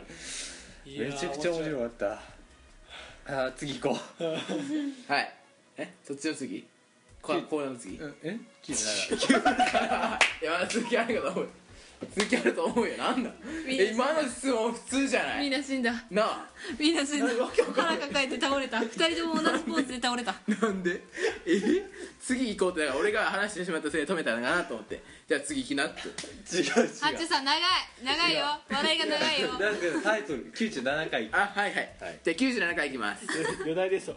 いやめちゃくちゃ面白かったあー次行こはいえそっちの次コーコーナーの次うえ聞いていやまだ続きあるかと思う 続きあると思うよなんだえ今の質問普通じゃなみんいな死んだなあみんな死んだわけわかんな腹い抱えて倒れた二人とも同じポーズで倒れたなんでえ次行こうってだから俺が話してしまったせいで止めたのかなと思ってじゃあ次行きなってない違う違うハッチュさん長い長いよ笑いが長 いよだけどタイトル97回あはいはい、はいじゃあ97回行きます余題ですわ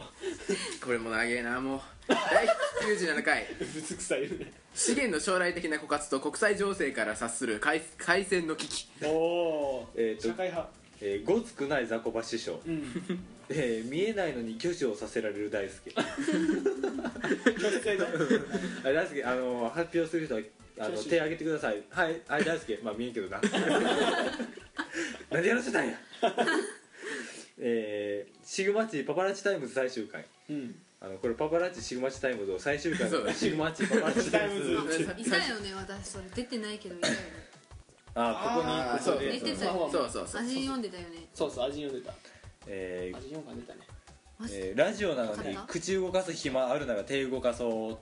これも長えなもう第97回 ぶつくさいるね資源の将来的な枯渇と国際情勢から察する海海戦の危機おおえーと社会派えーごつくない雑魚場師匠、うんえー見えないのに挙手をさせられる大輔巨大だあ大輔あのー発表する人はあの挙手手挙げてくださいはいはい大輔まあ見えんけど ななんでやらせたんやえーシグマッチパパラッチタイムズ最終回うんあのこれパパラッチシグマッチタイムズを最終回そうのシグマッチパパラッチタイムズシ グマッチタイムズいたよね私それ出てないけどいたよねああここにここーで出てたそうよねそうそうそう味読んでたよねそうそう味読んでたえー味読んが出たねマジえーラジオなのわにかった口動かす暇あるなら手動かそう、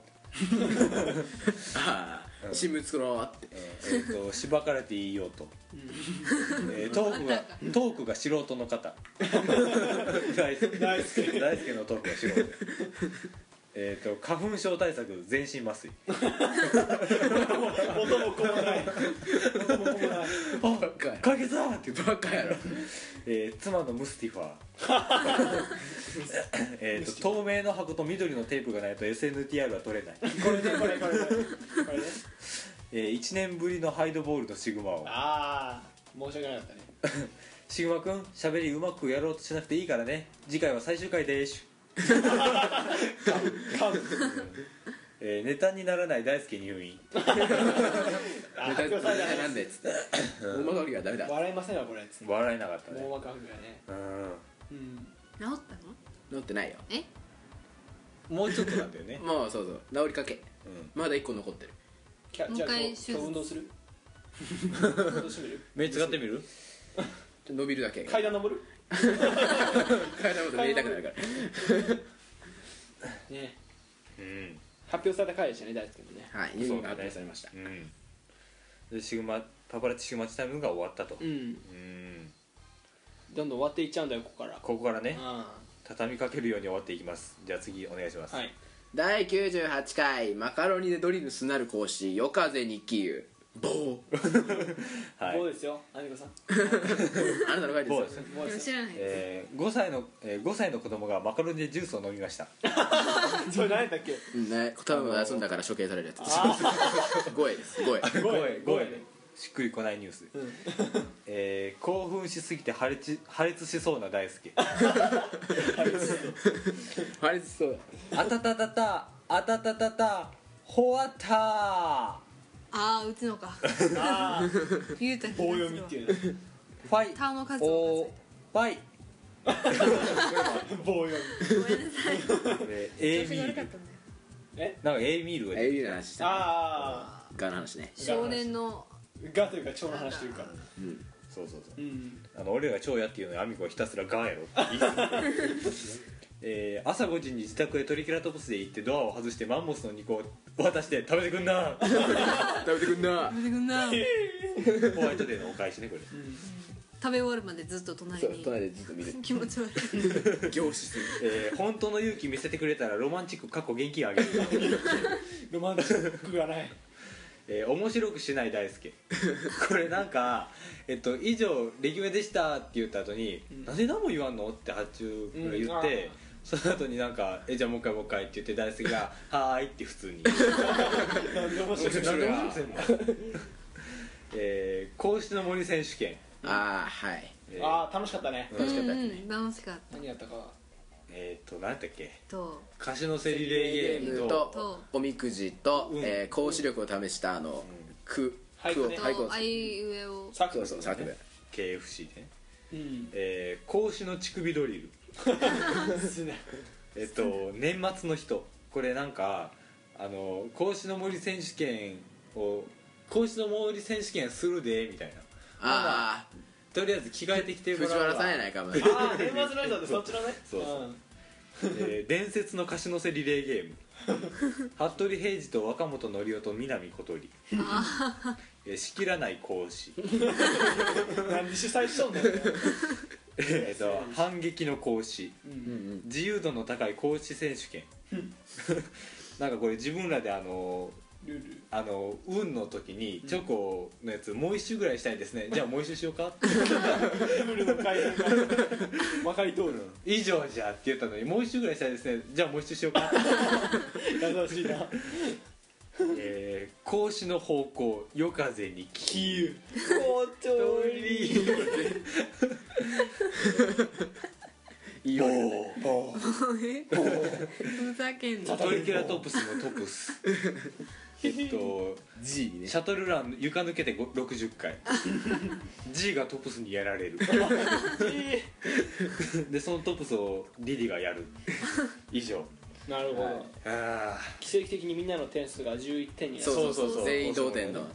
ああ新聞作ろうってえーえー としばかれていいよと、えートークがトークが素人の方大輔大輔大輔のトークが素人えーと花粉症対策全身麻酔音もこもない音もこもないバカや解決だって言って、ろバカやろえー妻のムスティファー えーと透明の箱と緑のテープがないと SNTR は取れない、これねこれこれこれこれねえ1年ぶりのハイドボールとシグマをああ申し訳なかったねシグマくん喋りうまくやろうとしなくていいからね次回は最終回でーし えーネタにならない大輔入院ネタ発表されたなんでっつって大まかりはダメだ笑いませんわこれつって笑えなかった網ね膜剥離がねうんうん治ったの治ってないよえもうちょっとなんだよねもうそうそう治りかけうんまだ1個残ってるキャもうじ一ゃあ今回日手術今日運動する 運動してみる目使ってみる伸びるだけ階段登る階段まで見えたくなるからねうん発表された回でしたね大輔のねはい入院が発表されましたうんでシグマパパラッチシグマチタイムが終わったとうんうんどんどん終わっていっちゃうんだよここからここからねあ畳みかけるように終わっていきますじゃあ次お願いしますあはい第98回マカロニでドリルすなる講師夜風に気流棒は棒いですよアニコさんあなたの回です棒よですね棒ででもす知よらないですえー、5歳の、えー、5歳の子供がマカロニでジュースを飲みましたそれ何やったっけうんね多分休んだから処刑されるやつですあ 5位です5位あごごいいごごいいしっくりこないニュース、ん えー興奮しすぎて破裂破裂しそうな大輔あれそうあたたたたあたたたたほわったああ打つのかあー言うた気がす棒読るわみっていうねファイターの数おをーファイ棒読み数えてごめんなさいで A 調子ミが悪ーかっルたんだよえなんか A ミールが出えてゆうの話したあガの話ね少年のあガというか蝶の話というかうんそうそうそううんあの俺らが超やっていうのにアミコはひたすらガーやろって言い続けてえー朝5時に自宅へトリケラトプスで行ってドアを外してマンモスの肉を渡して食べてくんな食べてくんな食べてくんな食ホワイトデーのお返しねこれべ終わるまでずっと隣そうに隣でずっと見る気持ち悪い凝視するえー本当の勇気見せてくれたらロマンチックかっこ現金あげる、ロマンチックがないえー面白くしない大輔これなんか「えっと、以上レギュメでした」って言った後に「んなんで何も言わんの?」って発注が言って、その後になんか「えじゃあもう一回もう一回」って言って大輔が「はーい」って普通になんで面白 いなんで面白いのえー、甲子の森選手権、ああはいえーああ楽しかったねう楽しかっんたうん楽しかっ何やったかえーっと何やったっけたと歌手のセリレイゲゲーームムととおみくじと、うんえー行使力を試したあの句俳句句をね俳句をとあいうえをサクそうそう作文 KFC ねうんえー、格子の乳首ドリルですねえっと年末の人これなんかあの孔子の森選手権を孔子の森選手権するでみたいなああとりあえず着替えてきても藤らうわ原さんやないか もああ年末の人ってそっちのねそうそうん えー伝説の貸しのせリレーゲーム 服部平次と若本則夫と南小鳥えー仕切らない孔子なんで主催しとんねんえっと反撃の孔子うんうん自由度の高い孔子選手権 なんかこれ自分らであのルールあの運の時にチョコのやつもう一周ぐらいしたいですね、じゃあもう一周しようかルールの改変が魔界通る以上じゃって言ったのにもう一周ぐらいしたいですねじゃあもう一周しようか、優しいなえー、格子の方向夜風に消うおとりいいよねえふざけんなトリケラトプスのトプスえっと G にねシャトルラン床抜けてご60回 G がトプスにやられるでそのトプスをリリがやる以上なるほどああ奇跡的にみんなの点数が11点になるそうそうそうそそうう全員同点のうんあ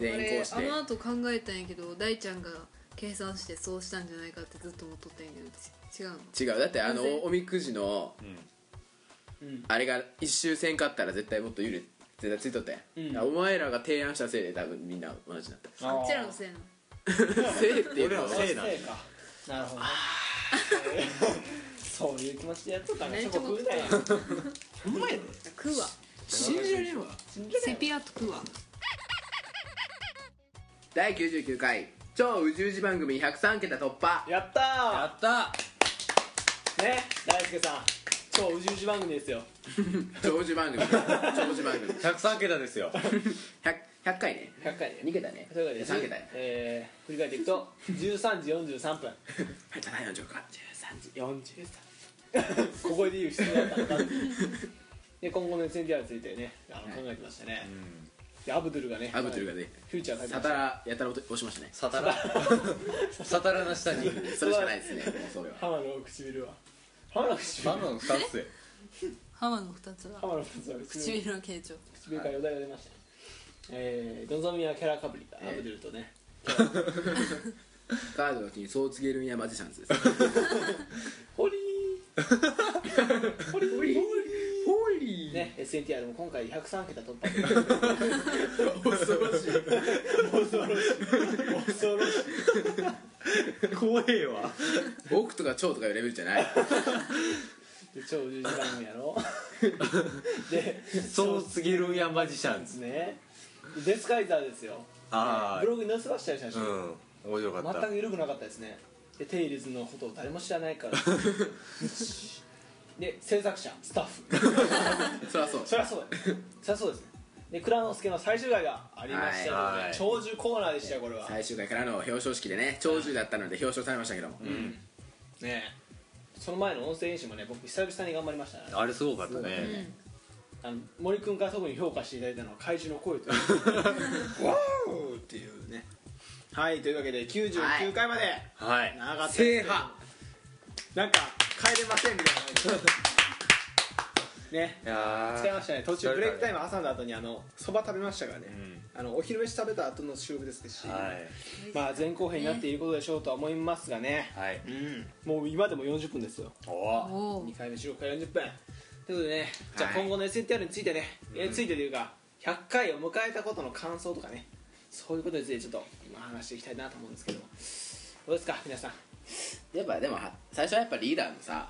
全員れこうしあての後考えたんやけど大ちゃんが計算してそうしたんじゃないかってずっと思っとったんやけどち違うの違うだってあの全然おみくじのうんあれが一周せんかったら絶対もっとゆる絶対ついとったやん、うんだからお前らが提案したせいで多分みんな同じになったあっちらのせいなのせいっていう俺らののはせねいなかなるほどねそういう気持ちでやっとったねねチョコ食うなよお前ら食うわ信じられんわセピアと食うわ第99回超宇宙時番組103桁突破やったーったね大輔さん超宇宙時番組ですよ長寿番組長寿番組 100, 103桁ですよ100回ね100回で2桁ねというわけで3桁ねえー振り返っていくと13時43分はいただいま13時43ここで言う必要 だったのかっていうで今後の SNDR についてねあのはい考えてましたね、でアブドゥルがねアブドゥルがねフューチャー書いてサましたタラやたら押しましたねサタラサタラな下にそれしかないですねもうそれは浜の唇は浜の唇バナナ2つで浜の二つは浜の唇は唇唇の形状唇からよだれが出ましたねえー、望みはキャラかぶりだ、ええアブドゥルとねカードの金そう告げるんやマジシャンズですホリーホリーホリホーリーね SNTR も今回103桁突破恐ろしい恐ろしい恐ろしい怖えわ億とか超とかいうレベルじゃないで超十字番組やろでそうすぎるんやマジシャンでズすねデスカイザーですよあブログに載せましたよ写あう真、ん面白かった全く緩くなかったですねでテイルズのことを誰も知らないからで制作者スタッフそりゃそうそりゃそうだよそりゃそうですねで蔵之介の最終回がありましたので、はい長寿コーナーでしたよこれはね最終回からの表彰式でね長寿だったので表彰されましたけどもえその前の音声演習もね僕久々に頑張りましたねあれすごかったうねんあの森君から特に評価していただいたのは怪獣の声 とわーっていうねはいというわけで99回まで、はい長かった制覇なんか帰れませんみたい なねいやー使いましたね途中ブレイクタイム挟んだ後にあのそば食べましたからね、あのお昼飯食べた後の収録ですし、はいまあ前後編になっていることでしょうとは思いますがね、はいうんもう今でも40分ですよおお2回目収録から40分ということでねじゃあはい今後の SNTR についてね、えーついてというか100回を迎えたことの感想とかねそういうことについてちょっと今話していきたいなと思うんですけどどうですか皆さんやっぱでも最初はやっぱリーダーのさ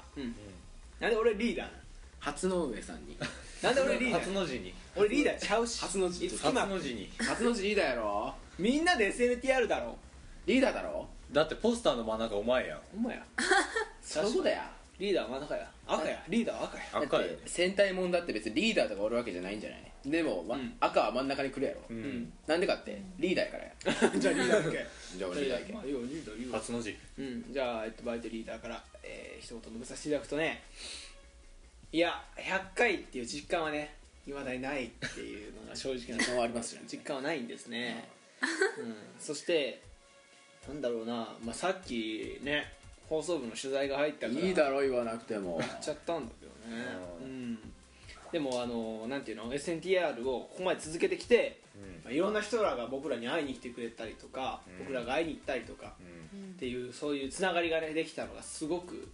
なんで俺リーダー初の上さんになんなんで俺リーダ初ーの字に俺リーダーちゃうし初の字いつ初今の字に初の字リーダーやろみんなで SNTR だろリーダーだろだってポスターの真ん中お前やんほんまやそういうことやリーダーは真ん中や赤やリーダーは赤やだ赤っいて戦隊もんだって別にリーダーとかおるわけじゃないんじゃないでも、まうん赤は真ん中に来るやろ、ううんんなんでかってリーダーやからや じゃあリーダーだけ じゃあ俺リーダーやけまあいいよリーダーいいよ初の字うん、じゃあ、えっと、バイトリーダーから、えー、一言述べさせていただくとねいや100回っていう実感はねいまだにないっていうのが正直な実感はあります よね実感はないんですね、うん、そしてなんだろうな、まあ、さっきね放送部の取材が入ったからいいだろ言わなくてもやっちゃったんだけどね、うん、でもあのなんていうの SNTR をここまで続けてきて、まあ、いろんな人らが僕らに会いに来てくれたりとか、うん僕らが会いに行ったりとかうんっていうそういうつながりがねできたのがすごく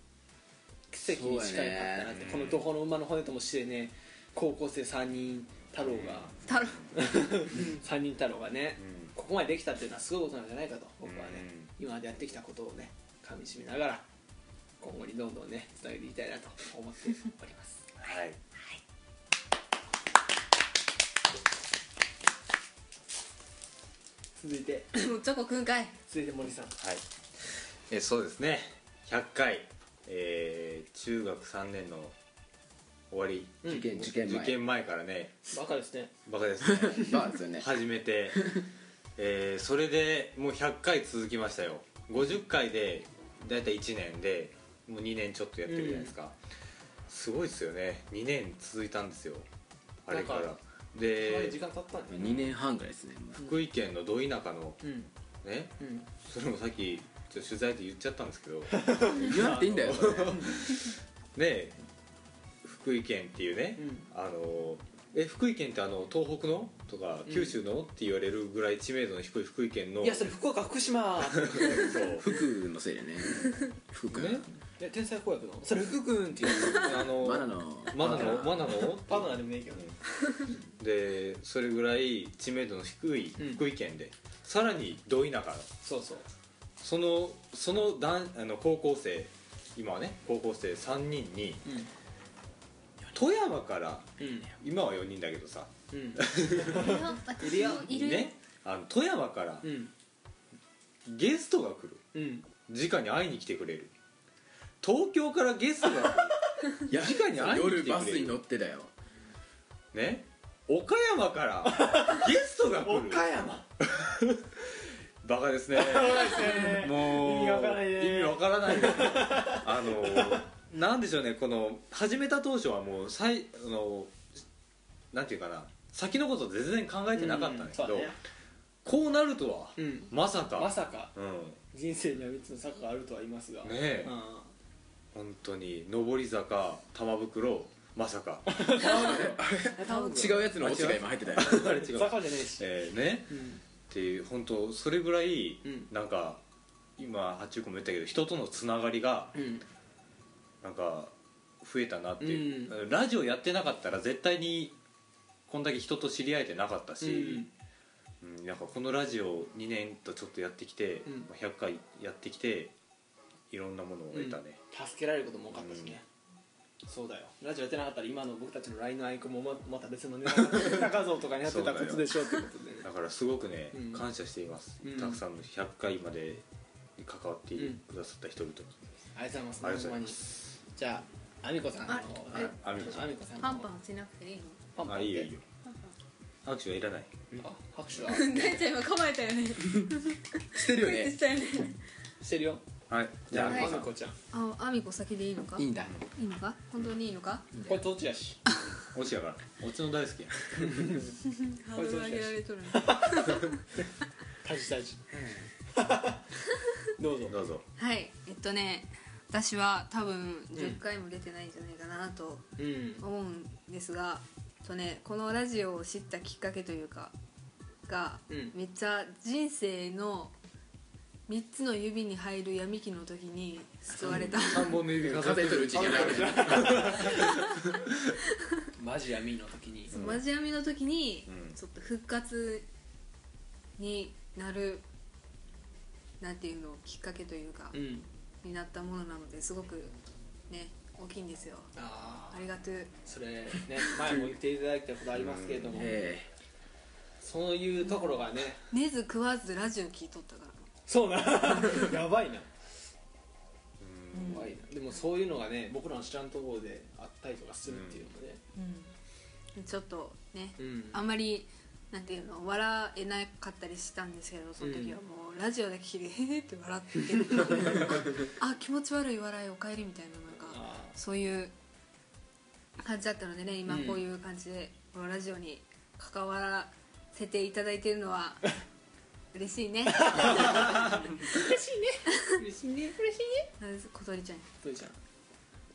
奇跡に近いかったなって、そうだねこの「どこの馬の骨」ともしてね高校生3人太郎が、太郎3人太郎がね、うんここまでできたっていうのはすごいことなんじゃないかと僕はね、うん今までやってきたことをねかみしめながら今後にどんどんねつなげていきたいなと思っており ますはい続いてもうチョコくんかい続いて森さんはい、えーそうですね100回、えー中学3年の終わり、うん受験受験前受験前からねバカですねバカですねそうですよね始 めて、えーそれでもう100回続きましたよ50回で大体1年でもう2年ちょっとやってるじゃないですか、すごいですよね2年続いたんですよあれからなんかでまだ時間経ったんだね2年半ぐらいですねもう福井県のど田舎のうんねうんそれもさっきちょっと取材で言っちゃったんです けど言わなくていいんだよそれね福井県っていうね、あのえ福井県ってあの東北のとかうん九州の、って言われるぐらい知名度の低い福井県のいやそれ福岡福 島 そう 服のせ いでね服くん、ねいや天才公約のそれ福君っていう あのバナナのマナのマナのバナナでもねえけどでそれぐらい知名度の低いうん福井県で、さらにど田舎のそうそうそのその男あの高校生今はね高校生3人にうん富山からうん今は4人だけどさ、うんいるよいるよいるよねあの富山からうんゲストが来うるん直に会いに来てくれる東京からゲストが来いや直に会いに来てくれ夜るバスに乗ってだよるね岡山からゲストが来る山バカですねもう意味わからないね意味わからないあのなんでしょうねこの始めた当初はもうさいあのなんていうかな先のこと全然考えてなかったんですけど、うんそうだねこうなるとは、うんまさかまさかうん人生には3つの坂があるとは言いますがねえ、うん本当に上り坂玉袋ま さか違うやつのオチが今入ってたよねあれ違う坂じゃねえしえーねうんっていう本当それぐらい、うんなんか今八中君も言ったけど人とのつながりがうんなんか増えたなっていう、うラジオやってなかったら絶対にこんだけ人と知り合えてなかったし、うんなんかこのラジオ2年とちょっとやってきて、うん100回やってきていろんなものを得たね、助けられることも多かったしね、そうだよラジオやってなかったら今の僕たちの LINE のアイコンもままた別のね高像とかにやってたことでしょってことでねだからすごくね、うん感謝しています、うんたくさんの100回までに関わってうんくださった人々に、ありがとうございますありがとうございまますじゃああみこさんのあえあみこさんあみこさんのパンパンしなくていいのパンパンあいいよいいよパン拍手はいらないあ拍手はパン大ちゃん今構えたよねしてるよねしたよねしてるよはいじゃあ、ああみみこさんこちゃんああみこ先でいいのかいいいんだいのか本当にいいのかこれどっちやしオチやからオチの大好きやハードル上げられとるねタジタジどうぞどうぞはいえっとね私は多分10回も出てないんじゃないかなとうん思うんですが、えっとね、このラジオを知ったきっかけというかが、うんめっちゃ人生の3つの指に入る闇期の時に救われ た3本の指飾数っえてとるうちになるマジやみーの時にマジ闇の時に、うんちょっと復活になるなんていうのきっかけというか、うんになったものなのですごくね大きいんですよああありがとうそれね前も言っていただいたことありますけれどもえそういうところがね寝ず食わずラジオ聞いとったからそうな やばいなやばいなでもそういうのがね僕らの知らんところであったりとかするっていうのねうん、ちょっとね、うんあんまりなんていうの笑えなかったりしたんですけどその時はもうラジオだけ聞いて「へへ」って笑 ってあ気持ち悪い笑いおかえりみたいななんかあそういう感じだったのでね今うんこういう感じでこのラジオに関わらせていただいてるのは嬉しいねあ嬉しい ね嬉しいね小鳥ちゃんとりちゃん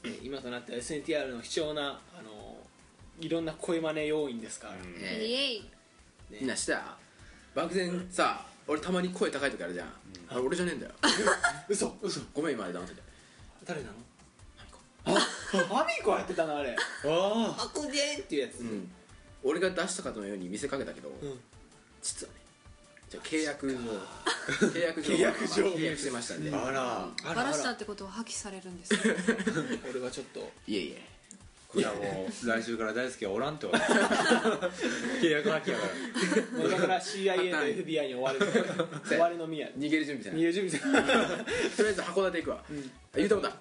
えー今となっては SNTR の貴重なあのーいろんな声真似要員ですから、うんえイええエイみんなした漠然さ俺たまに声高い時あるじゃん、あれ俺じゃねえんだよ 嘘嘘ごめん今まで黙ってて誰なのあアミコやってたなあれあアコデンっていうやつ、うん俺が出したかのように見せかけたけど、ん実はねじゃあ契 約の契約上契約上契約してましたんで、ああらあバらあラしたらってことは破棄されるんですよ俺はちょっといえいえこれはもう来週から大好きはおらんってわ 契約破棄やかもうだから CIA と FBI に追われる追われのみや逃げる準備じゃ逃ないげ準備だとりあえず函館行くわ、言うたことあ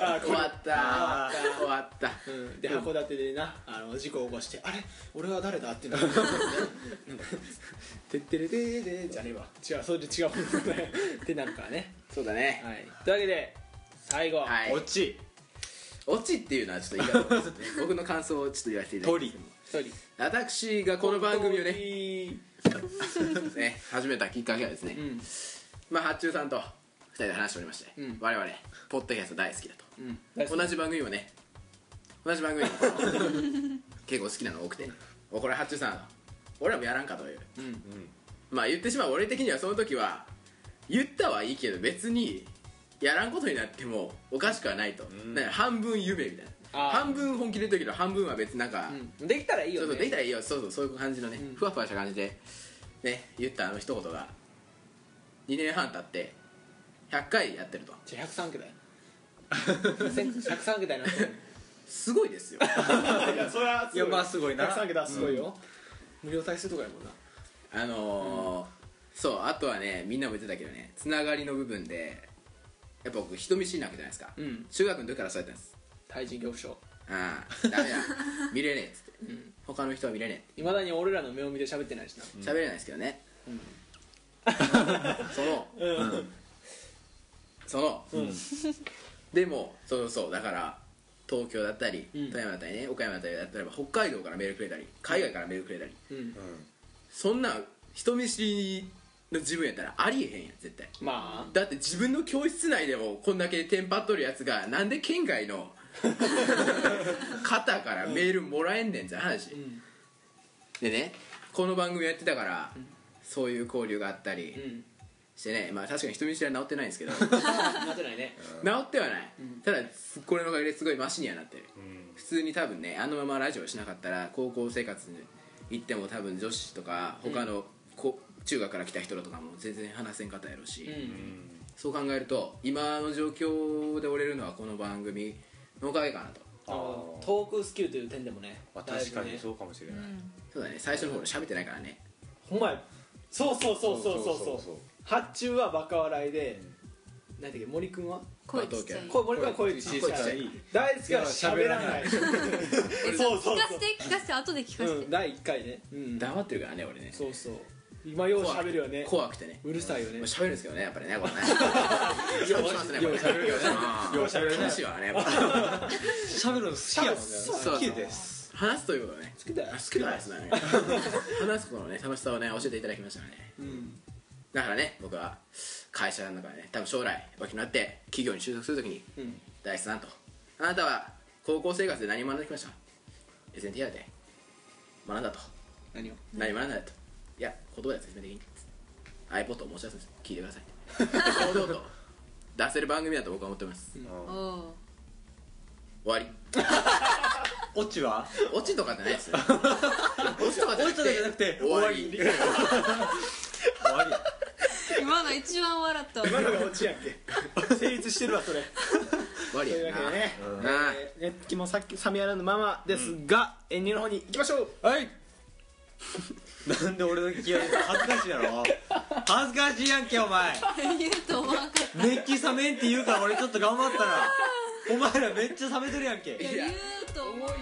あ終わったあ終わったうんで函館でなあの事故を起こして「あれ俺は誰だ?」ってなるてってれでーでーじゃねえわ違うそれで違うもんだねってなるからねそうだね、はいというわけで最後はらい落ち落ちっていうのはちょっと言い 方悪いですね僕の感想をちょっと言わせていただきます鳥一人私がこの番組をねねね始めたきっかけはですね、んまあ八中さんと二人で話しておりまして、うん我々ポッドキャスト大好きだと、うん同じ番組もね同じ番組もこの 結構好きなの多くて、おこれ八中さん俺らもやらんかという、まあ言ってしまう俺的にはその時は言ったはいいけど別にやらんことになってもおかしくはないと、んなんか半分夢みたいあなー半分本気で言ったけど半分は別になんか、うんできたらいいそうそようできねたらいいよそうそうそういう感じのね、うんふわふわした感じでね言ったあの一言が2年半経って100回やってるとじゃあ103桁や103桁やなすごい ですよいやそれはごいいやまあすごいな103桁すごいよ無料体制とかやもんなあのーそうあとはねみんなも言ってたけどねつながりの部分でやっぱ僕人見知りなわけじゃないですか、うん中学の時からそうやったんです対人恐怖症ああダメだ見れねえっつって、他の人は見れねいまだに俺らの目を見て喋ってないしなえって喋れないですけどね、 その、その、でもそうそうだから東京だったりうん富山だったりね、岡山だったりだったら北海道からメールくれたり海外からメールくれたり、うんそんな人見知りの自分やったらありえへんやん絶対まだって自分の教室内でもこんだけテンパっとるやつがなんで県外の方からメールもらえんねんって話、あうんでねこの番組やってたから、そういう交流があったりうん してねまあ確かに人見知りは治ってないんですけど治なってないねってはない、ただこれのおかげですごいマシにはなってるうん普通に多分ねあのままラジオしなかったら高校生活に行っても多分女子とか他のこ、中学から来た人らとかも全然話せん方やろうし、うんそう考えると今の状況で折れるのはこの番組のおかげかなとあのトークスキルという点でもねまあ、確かだいぶにねそうかもしれうない、んそうだね最初の方喋ってないからねほんまやそうそうそうそうそうそう発注はバカ笑いで何だっけ森くんは声ちっちゃいこ森くんは声小さい大好きは喋らない そうそう聞かそせて聞かせて後で聞かせう、うてん、第1回ね、うん、黙ってるからね俺ねそうそう今よう喋るよね怖くてねうるさいよね喋るんですけどねやっぱりねこ れねようしますねこれねよう喋るよねうんよう喋るね話はねやっぱしゃべるの好きやもんねそうそう好きです話すということね好きだよ好きなやつだね話すことのね楽しさをね教えていただきましたねうんだからね僕は会社の中でね多分将来大きくなって企業に就職するときにうん大志さんとあなたは高校生活で何を学んできました ?SNTR で学んだと何を何学んだといや言葉で説明できん iPod を持ち出すんです聞いてください堂々と出せる番組だと僕は思ってますおお終わりオチは落ちとかじゃないです よ落ちとかじゃなくオチてとかじゃなくて終わり終わりやー今の一番笑ったわ今のがオチやっけ成立してるわそれ終わりというやわなけでね、うんえー、熱気もさっき冷めやらぬままですが、エンディングの方に行きましょうはいなんで俺だけ気合い入れて恥ずかしいやろ恥ずかしいやんけお前言うと思わなかった熱気冷めんって言うから俺ちょっと頑張ったらお前らめっちゃ冷めてるやんけいや言うと思うよ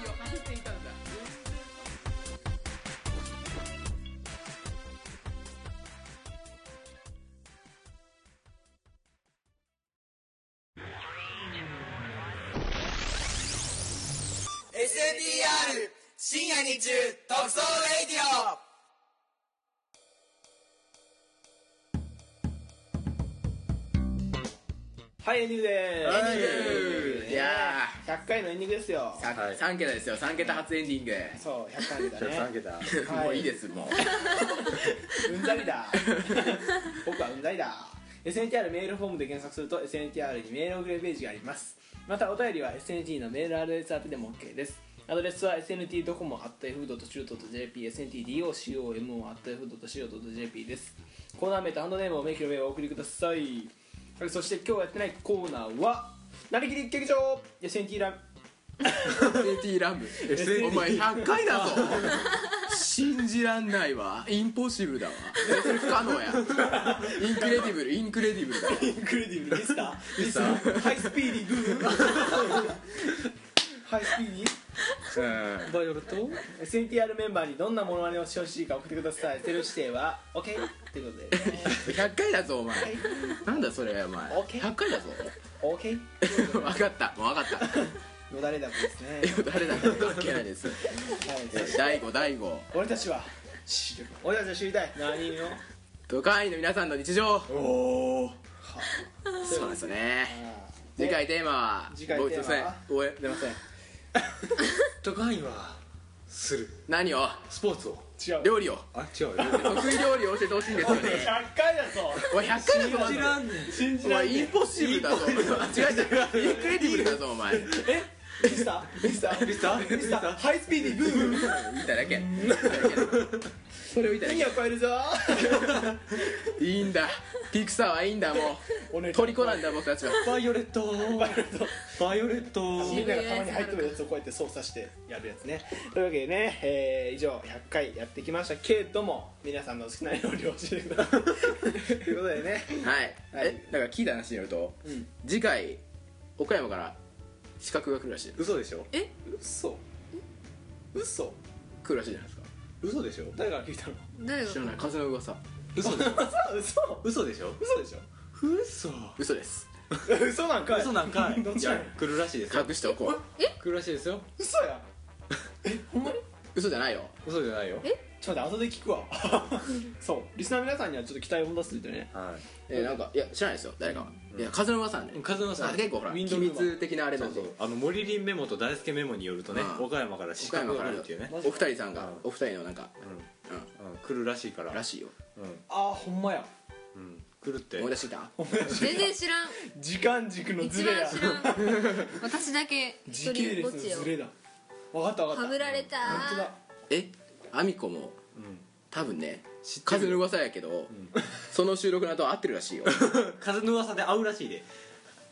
はいエンディングでーす、はいいや100回のエンディングですよさはい3桁ですよ3桁初エンディングそう100回だちょっと下ねげたはいもういいですもううんざりだ僕はうんざりだ SNTR メールフォームで検索すると SNTR にメールを送れるページがありますまたお便りは SNT のメールアドレスアプリでも OK ですアドレスは SNT ドコモ .f.shoot.jp SNTDOCOMO.f.shoot.jp ですコーナー名とハンドネームをメイクの上をお送りくださいはいそして今日やってないコーナーはなりきり劇場 SNT ラン SNT ラムお前100回だぞ 信じらんないわインポッシブルだわそれ不可能やインクレディブルインクレディブルだわインクレディブルミスターミスターハイスピーディーグーハイスピーディーバイオレット SNTR メンバーにどんなモノマネをしてほしいか送ってくださいセル指定は OK ってことで100回だぞお前なんだそれお前 OK 100回だぞ OK 分かったもう分かったよだれだこですねいや誰だか関係ないですはい大悟大悟俺たちは知る俺たちは知りたい何を都会員の皆さんの日常そうですね次回テーマは次回テー僕マはすいませんおえ出ません特派員はする何をスポーツを違う料理をあ違うよ得意料理を教えてほしいんですよね100回だぞお前100回だぞマジ知でらんねん信じおら前れインポッシブルだぞ違う違うインクレディブルだぞお前言ミスターミスターミスターミスターハイスピーディーグーいただけ言いただけそれを言いただ意味けを超えるぞいいんだピクサーはいいんだも お姉うちゃん虜なんだ僕たちはバイオレットバイオレットバイオレットみんながたまに入ってくるやつをこうやって操作してやるやつねというわけでね、えー以上100回やってきましたけれども皆さんの好きな料理を教えてくださいということでねはいはいえだから聞いた話によるとうん次回岡山から資格が来るらしい嘘でしょえ嘘嘘来るらしいじゃないですか嘘でしょ誰から聞いたの誰が知らない風の噂嘘でしょ嘘嘘嘘でしょ嘘でしょ嘘嘘です嘘なんかい嘘なんか いどっちいなんやや来るらしいですよ隠しておこう来るらしいですよ嘘や嘘じゃないよ嘘じゃないよちょっと待って後で聞くわそうリスナー皆さんにはちょっと期待を持たせていてねはえーなんかいや知らないですよ誰かは、いや風間さんねい風間さあん結構ほらウィン機ドルマン密的なあれなんであの森林メモと大輔メモによるとね、うん岡山から資岡格山がか来らるっていうね、お二人さんがうんお二人のなんかうん、来るらしいかららしいようんああほんまや うん、来るって思い出してきた全然知らん時間軸のズ一レ番や知らん私だけ一時人系列ぼのっちよズレだ分かった分かったはぶられた本当だえアミコもうん多分ね知って風のる噂やけど、その収録の後は合ってるらしいよ、風の噂で会うらしいで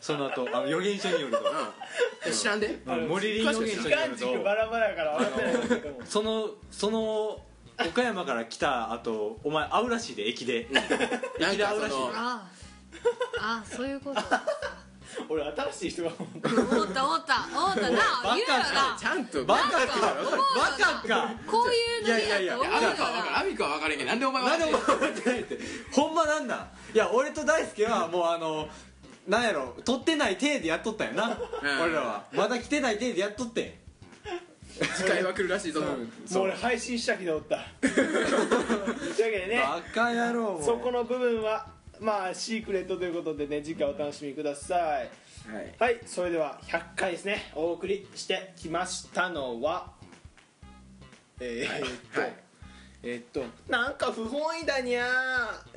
その後あの予言書による とうん、知らんで、うん森林予言書時によ間る軸バとラバラやから分かってないんだけどそのその岡山から来た後お前会うらしいで駅でなんか合うらしいそのああああそういうこと俺新しい人が思った思った思った思ったな言カうよなちゃんとバいカか思うよなバカかこういうのいやいやいややと思うやアよミコは分からんアミコは分かならんけどなんでお前は何でも笑ってないってほんまなんなんいや俺と大輔はもうあのなんやろ取ってない体でやっとったよなうん俺らはまだ来てない体でやっとってん次回は来るらしいぞ、もう俺配信した気でおった というわけでねバカ野郎もうそこの部分はまあシークレットということでね次回お楽しみくださいはいはいそれでは100回ですねお送りしてきましたのはえー、っと、はいえーっとなんか不本意だにゃ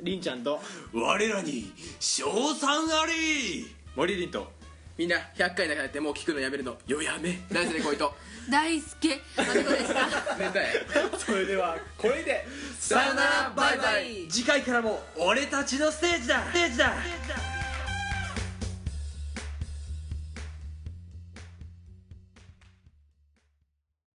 ーりんちゃん と我らに賞賛あり森林とみんな100回だからってもう聞くのやめるのよやめ大事で こいと大好きあみこでした絶対それではこれでさよならバイバイイ次回からも俺たちのステージだステージだ